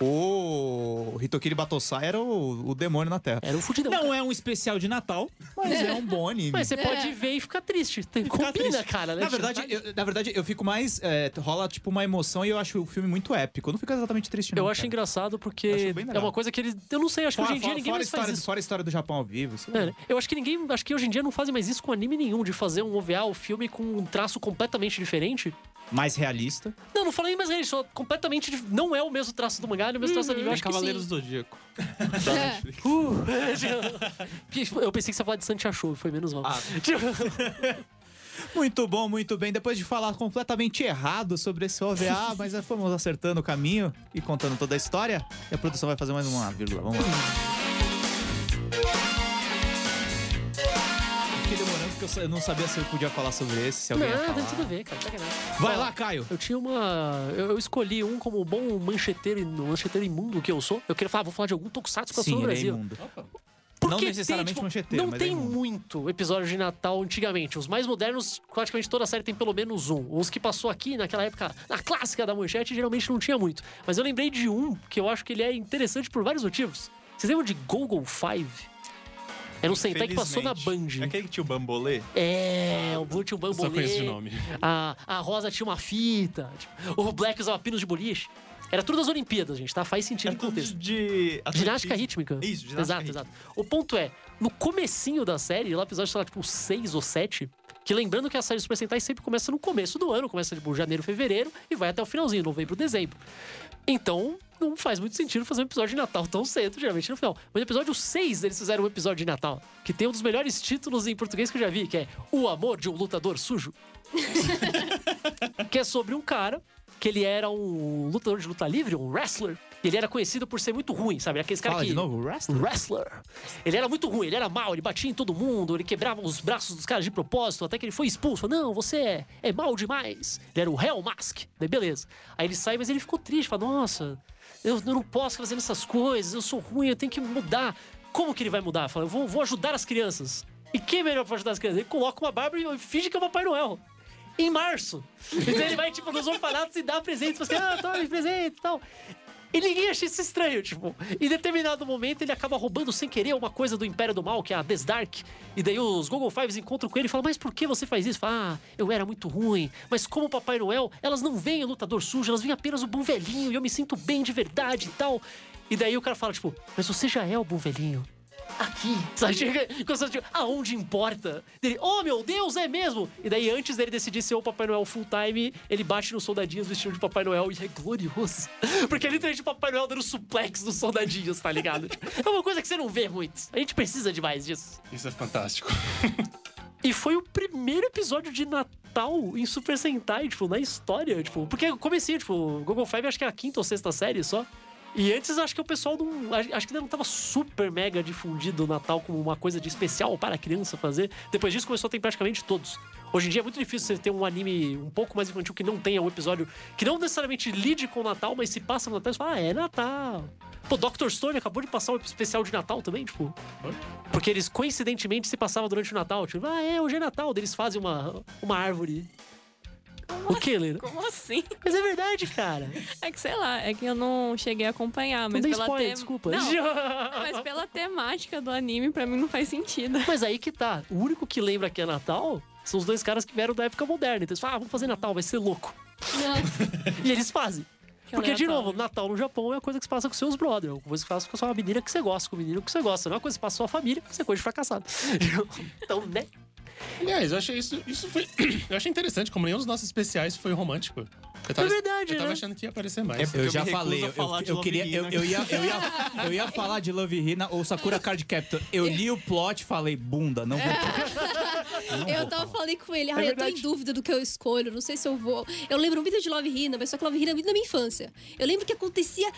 S1: O. o Hitokiri Batosai era o, o demônio na Terra.
S2: Era um fudidão.
S1: Não é um especial de Natal, mas é um bom anime.
S2: Mas você
S3: É.
S2: pode ver e ficar triste. Tem,
S1: Ficar
S2: combina,
S1: triste.
S2: cara. Né?
S1: Na verdade,
S2: Tipo,
S1: eu, na verdade, eu fico mais. é, rola tipo uma emoção e eu acho o filme muito épico. Eu não fico exatamente triste, não.
S2: eu acho
S1: cara.
S2: engraçado
S1: Eu
S2: porque
S1: acho bem
S2: é
S1: legal.
S2: uma coisa que eles. Eu não sei, acho que
S1: Fora,
S2: hoje em dia
S1: fora-
S2: ninguém
S1: fora a
S2: mais faz
S1: história,
S2: isso.
S1: fora a história do Japão ao vivo. isso-
S2: É, né? Eu acho que ninguém. Acho que hoje em dia não fazem mais isso com anime nenhum, de fazer um OVA ou filme com um traço completamente diferente.
S1: Mais realista.
S2: Não, não falei mais é isso, só completamente. dif- Não é o mesmo traço do mangá, não é o mesmo traço do
S3: Uhum.
S2: anime. Eu acho que
S5: Cavaleiros
S2: sim.
S5: do Zodíaco.
S3: É.
S2: [laughs] tipo, Eu pensei que você ia falar de Santi Achou, foi menos mal. Tipo,
S5: Ah.
S1: Muito bom, muito bem. Depois de falar completamente errado sobre esse
S2: [laughs]
S1: OVA, mas nós fomos acertando o caminho e contando toda a história. E a produção vai fazer mais uma vírgula. Vamos lá. Fiquei demorando porque eu sa- eu não sabia se eu podia falar sobre esse, se
S2: não,
S1: alguém ia
S2: não tem
S1: falar.
S2: tudo a ver, cara. sacanagem.
S1: Vai lá, Caio.
S2: Eu tinha uma. Eu, eu escolhi um como bom mancheteiro, mancheteiro imundo que eu sou. Eu queria falar, vou falar de algum tokusatsu pra
S1: Sim,
S2: do
S1: ele é
S2: Brasil.
S1: imundo.
S2: Porque
S1: Não
S2: tem,
S1: necessariamente
S2: tipo,
S1: mancheteiro,
S2: Não
S1: mas
S2: tem
S1: é imundo.
S2: muito episódio de Natal antigamente. Os mais modernos, praticamente toda a série tem pelo menos um. Os que passou aqui naquela época, na clássica da manchete, geralmente não tinha muito. Mas eu lembrei de um que eu acho que ele é interessante por vários motivos. Vocês lembram de Google Five? Era um Sentai que passou na Band.
S5: Felizmente. É aquele que tinha o bambolê?
S2: É, o Blue tinha um
S4: Só
S2: bambolê.
S4: conheço de nome.
S2: A, a Rosa tinha uma fita. tipo, o Black usava pinos de boliche. Era tudo das Olimpíadas, gente, tá? Faz sentido
S5: Era
S2: no
S5: É tudo
S2: contexto.
S5: de... de
S2: Ginástica
S5: atletismo.
S2: rítmica.
S5: Isso, ginástica
S2: Exato,
S5: rítmica.
S2: exato. O ponto é, no comecinho da série, lá no episódio, sei lá, tipo, 6 ou 7, que lembrando que a série Super Sentai sempre começa no começo do ano, começa, tipo, janeiro, fevereiro, e vai até o finalzinho, novembro, dezembro. Então, não faz muito sentido fazer um episódio de Natal tão cedo, geralmente no final. Mas no episódio 6, eles fizeram um episódio de Natal, que tem um dos melhores títulos em português que eu já vi, que é O Amor de um Lutador Sujo. [laughs] que é sobre um cara que ele era um lutador de luta livre, um wrestler. E ele era conhecido por ser muito ruim, sabe? Era Aqueles caras
S1: Fala
S2: que...
S1: de novo,
S2: Um
S1: wrestler?
S2: wrestler. Ele era muito ruim, ele era mal, ele batia em todo mundo, ele quebrava os braços dos caras de propósito, até que ele foi expulso. Não, você é, é mal demais. Ele era o Hell Mask. Daí beleza. Aí ele sai, mas ele ficou triste, fala, nossa, eu, eu não posso fazer essas coisas, eu sou ruim, eu tenho que mudar. Como que ele vai mudar? Fala, eu vou, vou ajudar as crianças. E quem é melhor pra ajudar as crianças? Ele coloca uma barba e finge que é o Papai Noel em março. Então ele vai, tipo, nos orfanatos e dá presentes. Você, ah, tome presente e tal. E ninguém acha isso estranho, tipo. Em determinado momento, ele acaba roubando sem querer uma coisa do Império do Mal, que é a Desdark. E daí os Google Fives encontram com ele e falam, mas por que você faz isso? Fala, ah, eu era muito ruim. Mas como o Papai Noel, elas não veem o lutador sujo, elas veem apenas o bom velhinho. E eu me sinto bem de verdade e tal. E daí o cara fala, tipo, mas você já é o bom velhinho aqui. Sabe? Chega, quando você- aonde importa? Ele, oh meu Deus, é mesmo! E daí, antes dele decidir ser o Papai Noel full time, ele bate nos soldadinhos vestido de Papai Noel e é glorioso. [laughs] Porque ele tem o Papai Noel dando suplex nos soldadinhos, tá ligado? Tipo, É uma coisa que você não vê muito. A gente precisa de mais disso.
S4: Isso é fantástico.
S2: E foi o primeiro episódio de Natal em Super Sentai, tipo, na história, tipo. Porque comecei, tipo, o Google Five acho que é a quinta ou sexta série só. E antes acho que o pessoal não. a- Acho que ainda não tava super mega difundido o Natal como uma coisa de especial para a criança fazer. Depois disso começou a ter praticamente todos. Hoje em dia é muito difícil você ter um anime um pouco mais infantil que não tenha um episódio que não necessariamente lide com o Natal, mas se passa no Natal e você fala, ah, é Natal. Pô, Dr. Stone acabou de passar um especial de Natal também, tipo. Porque eles coincidentemente se passavam durante o Natal. Tipo, ah, é, hoje é Natal. Daí Eles fazem uma, uma árvore O que, Lino?
S6: Como assim?
S2: Mas é verdade,
S6: [laughs]
S2: cara.
S6: É que sei lá, é que eu não cheguei a acompanhar,
S2: Não
S6: mas
S2: dei
S6: pela
S2: spoiler,
S6: tem-
S2: desculpa.
S6: Não,
S2: [laughs]
S6: mas pela temática do anime, pra mim não faz sentido.
S2: Mas aí que tá. O único que lembra que é Natal são os dois caras que vieram da época moderna. Então eles falam, ah, vamos fazer Natal, vai ser louco.
S3: Não,
S2: [laughs] E eles fazem. [laughs]
S6: Que
S2: Porque, de
S6: aleatório.
S2: novo, Natal no Japão é uma coisa que se passa com seus brothers. É uma coisa que se passa com a sua menina que você gosta, com o menino que você gosta. Não é uma coisa que se passa com a sua família, porque você é coisa de fracassado. [laughs] Então, né?
S4: Aliás, eu achei isso. Isso foi. [clears throat] Eu achei interessante, como nenhum dos nossos especiais foi romântico. Eu tava,
S2: É verdade,
S4: eu tava
S2: né?
S4: achando que ia aparecer mais.
S5: É-
S4: É,
S5: Eu
S1: Eu
S5: me
S1: já
S5: recuso
S1: falei,
S5: a
S1: eu,
S5: falar
S1: eu-
S5: de
S1: eu
S5: Love
S1: queria.
S5: Hina.
S1: Eu, eu ia, eu, ia, eu ia falar de Love Hina ou Sakura Card Captor. Eu li o plot e falei, bunda, não
S3: É,
S1: vou.
S3: eu tava falei com ele, ah,
S2: É
S3: eu tô em
S2: verdade.
S3: dúvida do que eu escolho, não sei se eu vou. Eu lembro muito de Love Hina, mas só que Love Hina é muito da minha infância. Eu lembro que acontecia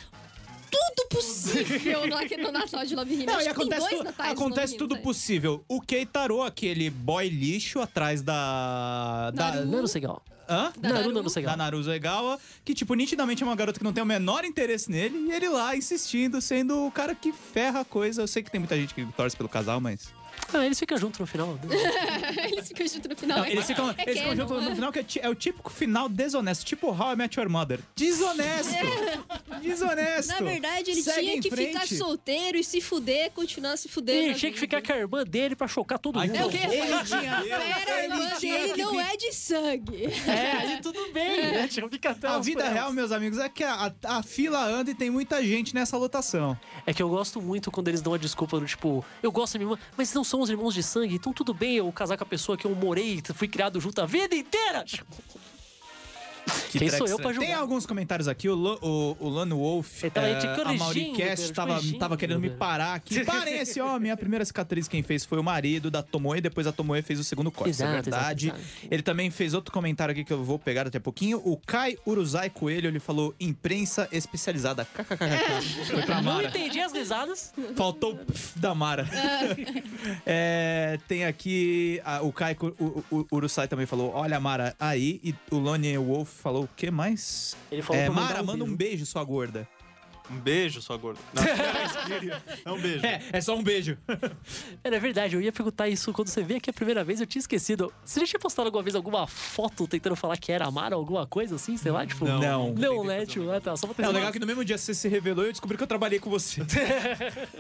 S3: tudo
S1: [laughs]
S3: possível no, no Natal de Love Hina.
S1: Não, e
S3: Acho que tem
S1: acontece,
S3: dois
S1: tu-
S3: Natais de
S1: acontece
S3: Love
S1: tudo
S3: Hina, né?
S1: possível. O Keitaro, aquele boy lixo atrás da. Da.
S3: Naru.
S2: Não, não sei qual.
S1: Hã?
S3: Da
S2: Naru,
S3: Naru.
S2: não, não sei
S1: Da
S2: qual.
S1: Naruto Egawa, que, tipo, nitidamente é uma garota que não tem o menor interesse nele, e ele lá insistindo, sendo o cara que ferra a coisa. Eu sei que tem muita gente que torce pelo casal, mas.
S2: Ah, eles ficam juntos no final.
S3: vai. eles ficam juntos no final.
S1: Não,
S3: é-
S1: eles ficam,
S3: é
S1: eles ficam
S3: canon,
S1: juntos no
S3: é.
S1: final, que é, ti- é o típico final desonesto, tipo How I Met Your Mother. Desonesto! desonesto!
S3: É. Na verdade, ele
S1: Segue em
S3: tinha que
S1: frente.
S3: ficar solteiro e se fuder, continuar se fudendo.
S2: Ele
S3: na
S2: tinha que
S3: vida.
S2: ficar com a irmã dele pra chocar todo mundo.
S3: É o quê?
S1: Ele tinha.
S3: Pera, a irmã
S1: tinha
S3: dele
S1: que
S3: não
S1: fi-
S3: é de sangue.
S2: É, aí tudo bem, né? Tipo, fica até
S1: A
S2: umas
S1: vida
S2: coisas.
S1: real, meus amigos, é que a, a- a fila anda e tem muita gente nessa lotação.
S2: É que eu gosto muito quando eles dão a desculpa do tipo, eu gosto da minha irmã, mas não somos irmãos de sangue, então tudo bem eu casar com a pessoa que eu morei, fui criado junto a vida inteira. [laughs] Quem sou eu pra julgar?
S1: Tem alguns comentários aqui, o, Lo- o, o Lano Wolf, é,
S2: Ele tá aí te
S1: a
S2: corrigindo,
S1: Mauricast
S2: velho,
S1: tava,
S2: corrigindo,
S1: tava querendo me
S2: velho.
S1: parar
S2: [laughs]
S1: aqui. Parem esse homem! A primeira cicatriz quem fez foi o marido da Tomoe, depois a Tomoe fez o segundo corte, isso é
S2: Exato, exato,
S1: verdade.
S2: exato.
S1: Ele também fez outro comentário aqui que eu vou pegar daqui a pouquinho. O Kai Uruzai Coelho, ele falou imprensa especializada. [laughs] KKKK. Foi pra
S2: Não
S1: Mara.
S2: entendi as risadas.
S1: Faltou o pf da
S2: [laughs]
S1: Mara. É, tem aqui ah, o Kai Ku- o, o, o Urusai também falou: Olha, Mara, aí. E o Lone Wolf falou: O que mais?
S2: Ele falou
S1: é,
S2: pra
S1: Mara,
S2: um
S1: manda um
S2: beijo.
S1: beijo, sua gorda.
S5: Um beijo, sua gorda. Não, é um beijo.
S1: É, é só um [laughs] beijo.
S2: Era verdade, eu ia perguntar isso quando você veio aqui a primeira vez, eu tinha esquecido. Você já tinha postado alguma vez alguma foto tentando falar que era Mara, alguma coisa assim, sei lá, tipo...
S1: Não. Não.
S2: Não, né, tipo, ah, tá, só pra
S1: É
S2: testar.
S1: o legal é que no mesmo dia que você se revelou e eu descobri que eu trabalhei com [laughs] você.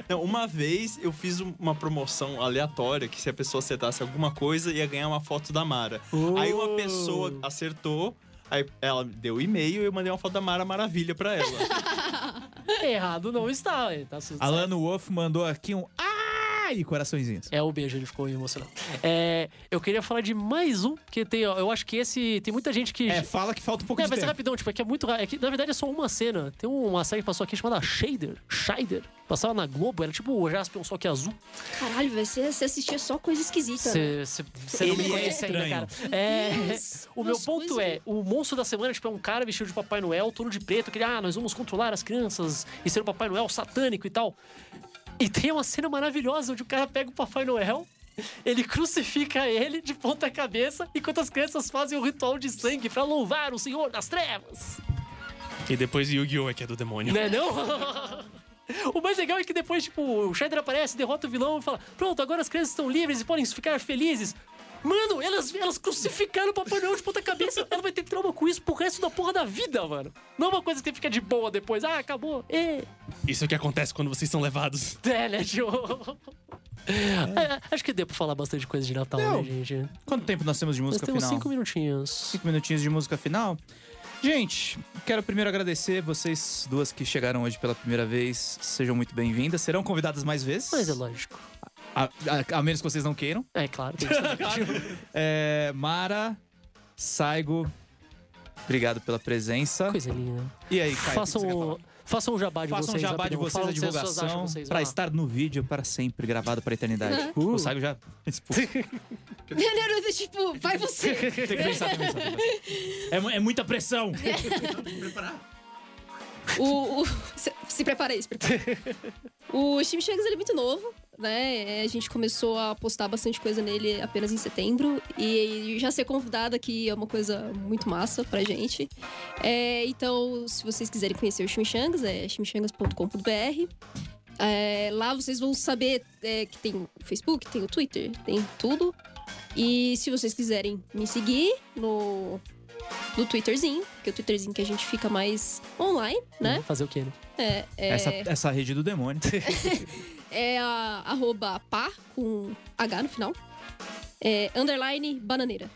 S5: Não, uma vez eu fiz um- uma promoção aleatória que se a pessoa acertasse alguma coisa ia ganhar uma foto da Mara.
S2: Oh.
S5: Aí uma pessoa acertou, aí ela deu o e-mail e eu mandei uma foto da Mara Maravilha pra ela.
S2: Tá Errado não está, ué, tá tudo certo.
S1: Alano Wolf mandou aqui um. Ah! E coraçõezinhos.
S2: É o beijo, ele ficou emocionado. É, eu queria falar de mais um, porque tem, ó, eu acho que esse. Tem muita gente que.
S1: É, fala que falta um pouco
S2: É,
S1: de
S2: vai ser
S1: tempo.
S2: rapidão, tipo, é que é muito rápido. É que, na verdade, é só uma cena. Tem uma série que passou aqui chamada Shader. Shider. Passava na Globo, era tipo o Jaspion, só que azul.
S3: Caralho, velho, você, você assistia só coisa esquisita. né?
S2: Você não me
S1: Ele é
S2: conhece ainda,
S1: estranho.
S2: cara. É.
S3: Deus,
S2: [laughs] O meu
S3: umas
S2: ponto
S3: coisas-
S2: é, o monstro da semana, tipo, é um cara vestido de Papai Noel, todo de preto, que ele, ah, nós vamos controlar as crianças e ser o Papai Noel satânico e tal. E tem uma cena maravilhosa onde o cara pega o Papai Noel, ele crucifica ele de ponta cabeça, enquanto as crianças fazem o ritual de sangue pra louvar o Senhor das Trevas.
S4: [laughs] E depois Yu-Gi-Oh! é que é do demônio.
S2: Né, não? [laughs] O mais legal é que depois, tipo, o Shader aparece, derrota o vilão e fala: Pronto, agora as crianças estão livres e podem ficar felizes. Mano, elas, elas crucificaram o Papai Noel de ponta cabeça. Ela vai ter trauma com isso pro resto da porra da vida, mano. Não é uma coisa que fica de boa depois. Ah, acabou. É,
S4: Isso é o que acontece quando vocês são levados.
S2: é né, tio? É, acho que deu pra falar bastante coisa de Natal,
S1: Não.
S2: né, gente?
S1: Quanto tempo nós temos de
S2: Nós
S1: música
S2: temos
S1: final?
S2: cinco minutinhos.
S1: cinco minutinhos de música final. Gente, quero primeiro agradecer vocês duas que chegaram hoje pela primeira vez. Sejam muito bem-vindas. Serão convidadas mais vezes.
S2: Mas é lógico.
S1: a, a- a menos que vocês não queiram.
S2: É claro. Tem que saber.
S1: É, Mara, Saigo, obrigado pela presença.
S2: Coisa linda.
S1: E aí, Caio,
S2: Façam
S1: o que você quer falar?
S2: o, façam o jabá de
S1: Façam um
S2: vocês.
S1: jabá de
S2: rapidão.
S1: vocês,
S2: Fala
S1: a
S2: o que vocês acham,
S1: divulgação,
S2: vocês, Uh.
S1: pra
S2: vai lá.
S1: estar no vídeo para sempre, gravado para eternidade. O Saigo já. [laughs]
S3: Neruda, tipo, vai você.
S1: Tem que pensar, tem que pensar. É, mu- é muita pressão!
S3: O, o- se, se prepara aí, se prepara. o Steam Shanks, ele é muito novo, né? É, A gente começou a postar bastante coisa nele apenas em setembro. E, já ser convidada aqui é uma coisa muito massa pra gente. É, então, se vocês quiserem conhecer o Steam Shanks, é steamshanks.com.br. É, lá vocês vão saber é, que tem o Facebook, tem o Twitter, tem tudo. E se vocês quiserem me seguir no do Twitterzinho, que é o Twitterzinho que a gente fica mais online, né?
S2: Fazer o quê, né?
S3: É, é,
S1: Essa, essa rede do
S2: [laughs]
S1: demônio.
S3: é a arroba pá, com H no final. É, underline bananeira.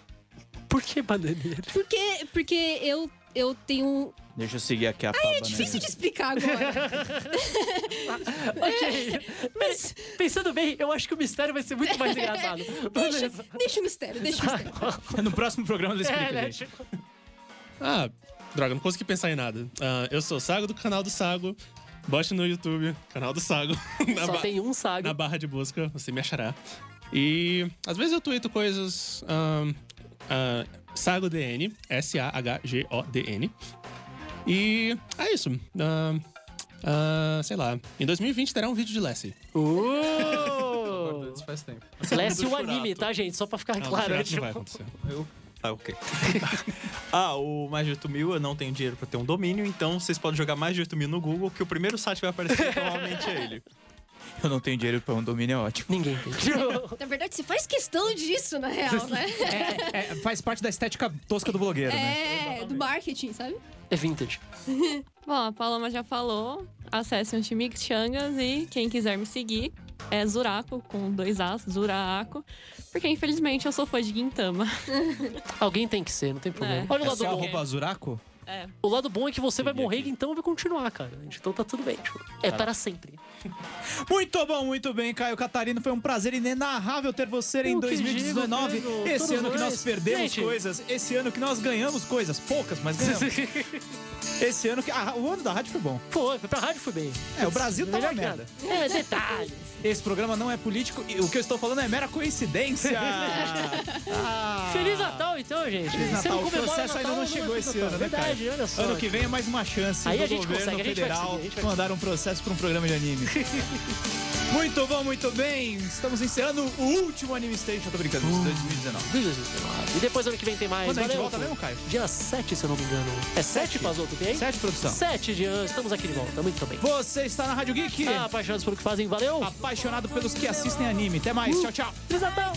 S2: Por que bananeira?
S3: Porque, porque eu, eu tenho.
S1: Deixa eu seguir aqui a né? paba,
S3: É difícil de explicar agora.
S2: ok. Mas, pensando bem, eu acho que o mistério vai ser muito mais engraçado.
S3: deixa,
S2: Beleza.
S3: deixa o mistério, deixa o mistério.
S1: No próximo programa ele explica,
S2: É, né?
S1: gente.
S4: Ah, droga, não consegui pensar em nada. Ah, eu sou o Sago do canal do Sago. Bote no YouTube, canal do Sago. [laughs] na,
S2: Só
S4: ba-
S2: tem um
S4: na
S2: sago.
S4: barra de busca, Hum. você me achará. E às vezes eu tweeto coisas. ah, ah, Sago DN, S-A-H-G-O-D-N. E é isso. Ah, ah, sei lá. Em 2020 terá um vídeo de Lassie.
S2: Uh!
S5: [laughs] Isso faz tempo.
S2: Lesse
S4: do
S2: o anime,
S4: Churato.
S2: tá, gente? Só pra ficar
S4: Não,
S2: claro.
S4: Não
S2: tipo,
S4: vai acontecer.
S5: Ah, ok. [laughs] ah, o mais de 8 mil, eu não tenho dinheiro pra ter um domínio, então vocês podem jogar mais de 8 mil no Google, que o primeiro site que vai aparecer provavelmente é ele.
S1: [laughs] Eu não tenho dinheiro pra um domínio, é ótimo.
S2: Ninguém entende.
S3: [laughs] Na verdade, você faz questão disso, na real, né?
S1: É, é, faz parte da estética tosca do blogueiro, né?
S3: É, do marketing, sabe?
S2: É vintage.
S6: Bom, a Paloma já falou. Acessem o time Xangas e quem quiser me seguir é Zuraco, com dois As, Zuraco. Porque infelizmente eu sou fã de Guintama.
S2: Alguém tem que ser, não tem problema.
S6: É.
S2: Olha o lado
S1: Essa é a
S2: bom.
S1: arroba Zuraco?
S6: É.
S2: O lado bom é que você vai
S1: Segui
S2: morrer,
S1: aqui.
S2: então vai continuar, cara. Então tá tudo bem. tipo, é para sempre.
S1: Muito bom, muito bem, Caio Catarino. Foi um prazer inenarrável ter você em
S2: Eu que
S1: 2019.
S2: digo, Pedro,
S1: esse
S2: todos
S1: ano que nós
S2: nós.
S1: perdemos
S2: Gente.
S1: coisas, esse ano que nós ganhamos coisas, poucas, mas
S2: [laughs]
S1: ganhamos. esse ano que. Ah, o ano da rádio foi bom.
S2: Pô, foi pra rádio foi bem.
S1: É, o Brasil tá
S2: Melhor
S1: uma
S2: que
S1: merda.
S2: nada. É, detalhes.
S1: Esse programa não é político e o que eu estou falando é mera [laughs] coincidência. Ah.
S2: Feliz Natal, então, gente.
S1: Feliz
S2: Você não
S1: Natal. O
S2: comemora
S1: processo
S2: Natal,
S1: ainda não chegou
S2: é
S1: esse
S2: Natal.
S1: ano, né,
S2: Verdade, olha só.
S1: Ano que vem é mais uma chance
S2: Aí
S1: do
S2: a gente
S1: governo
S2: consegue, a gente vai
S1: federal
S2: conseguir, a gente vai
S1: mandar um processo para um programa de anime. [laughs] muito bom, muito bem. Estamos encerrando o último Anime Station, tô brincando, é de 2019.
S2: E depois ano que vem tem mais.
S1: Quando a gente
S2: Valeu,
S1: volta
S2: pô.
S1: mesmo, Caio?
S2: Dia 7, se eu não me engano. É 7, Pazoto, tem?
S1: Sete, produção.
S2: 7 de ano. Estamos aqui de volta. Muito bem.
S1: Você está na Rádio Geek,
S2: Ah, apaixonados pelo que fazem. Valeu.
S1: Uh. apaixonado pelos que assistem anime. Até mais, tchau, tchau.
S2: Feliz Natal.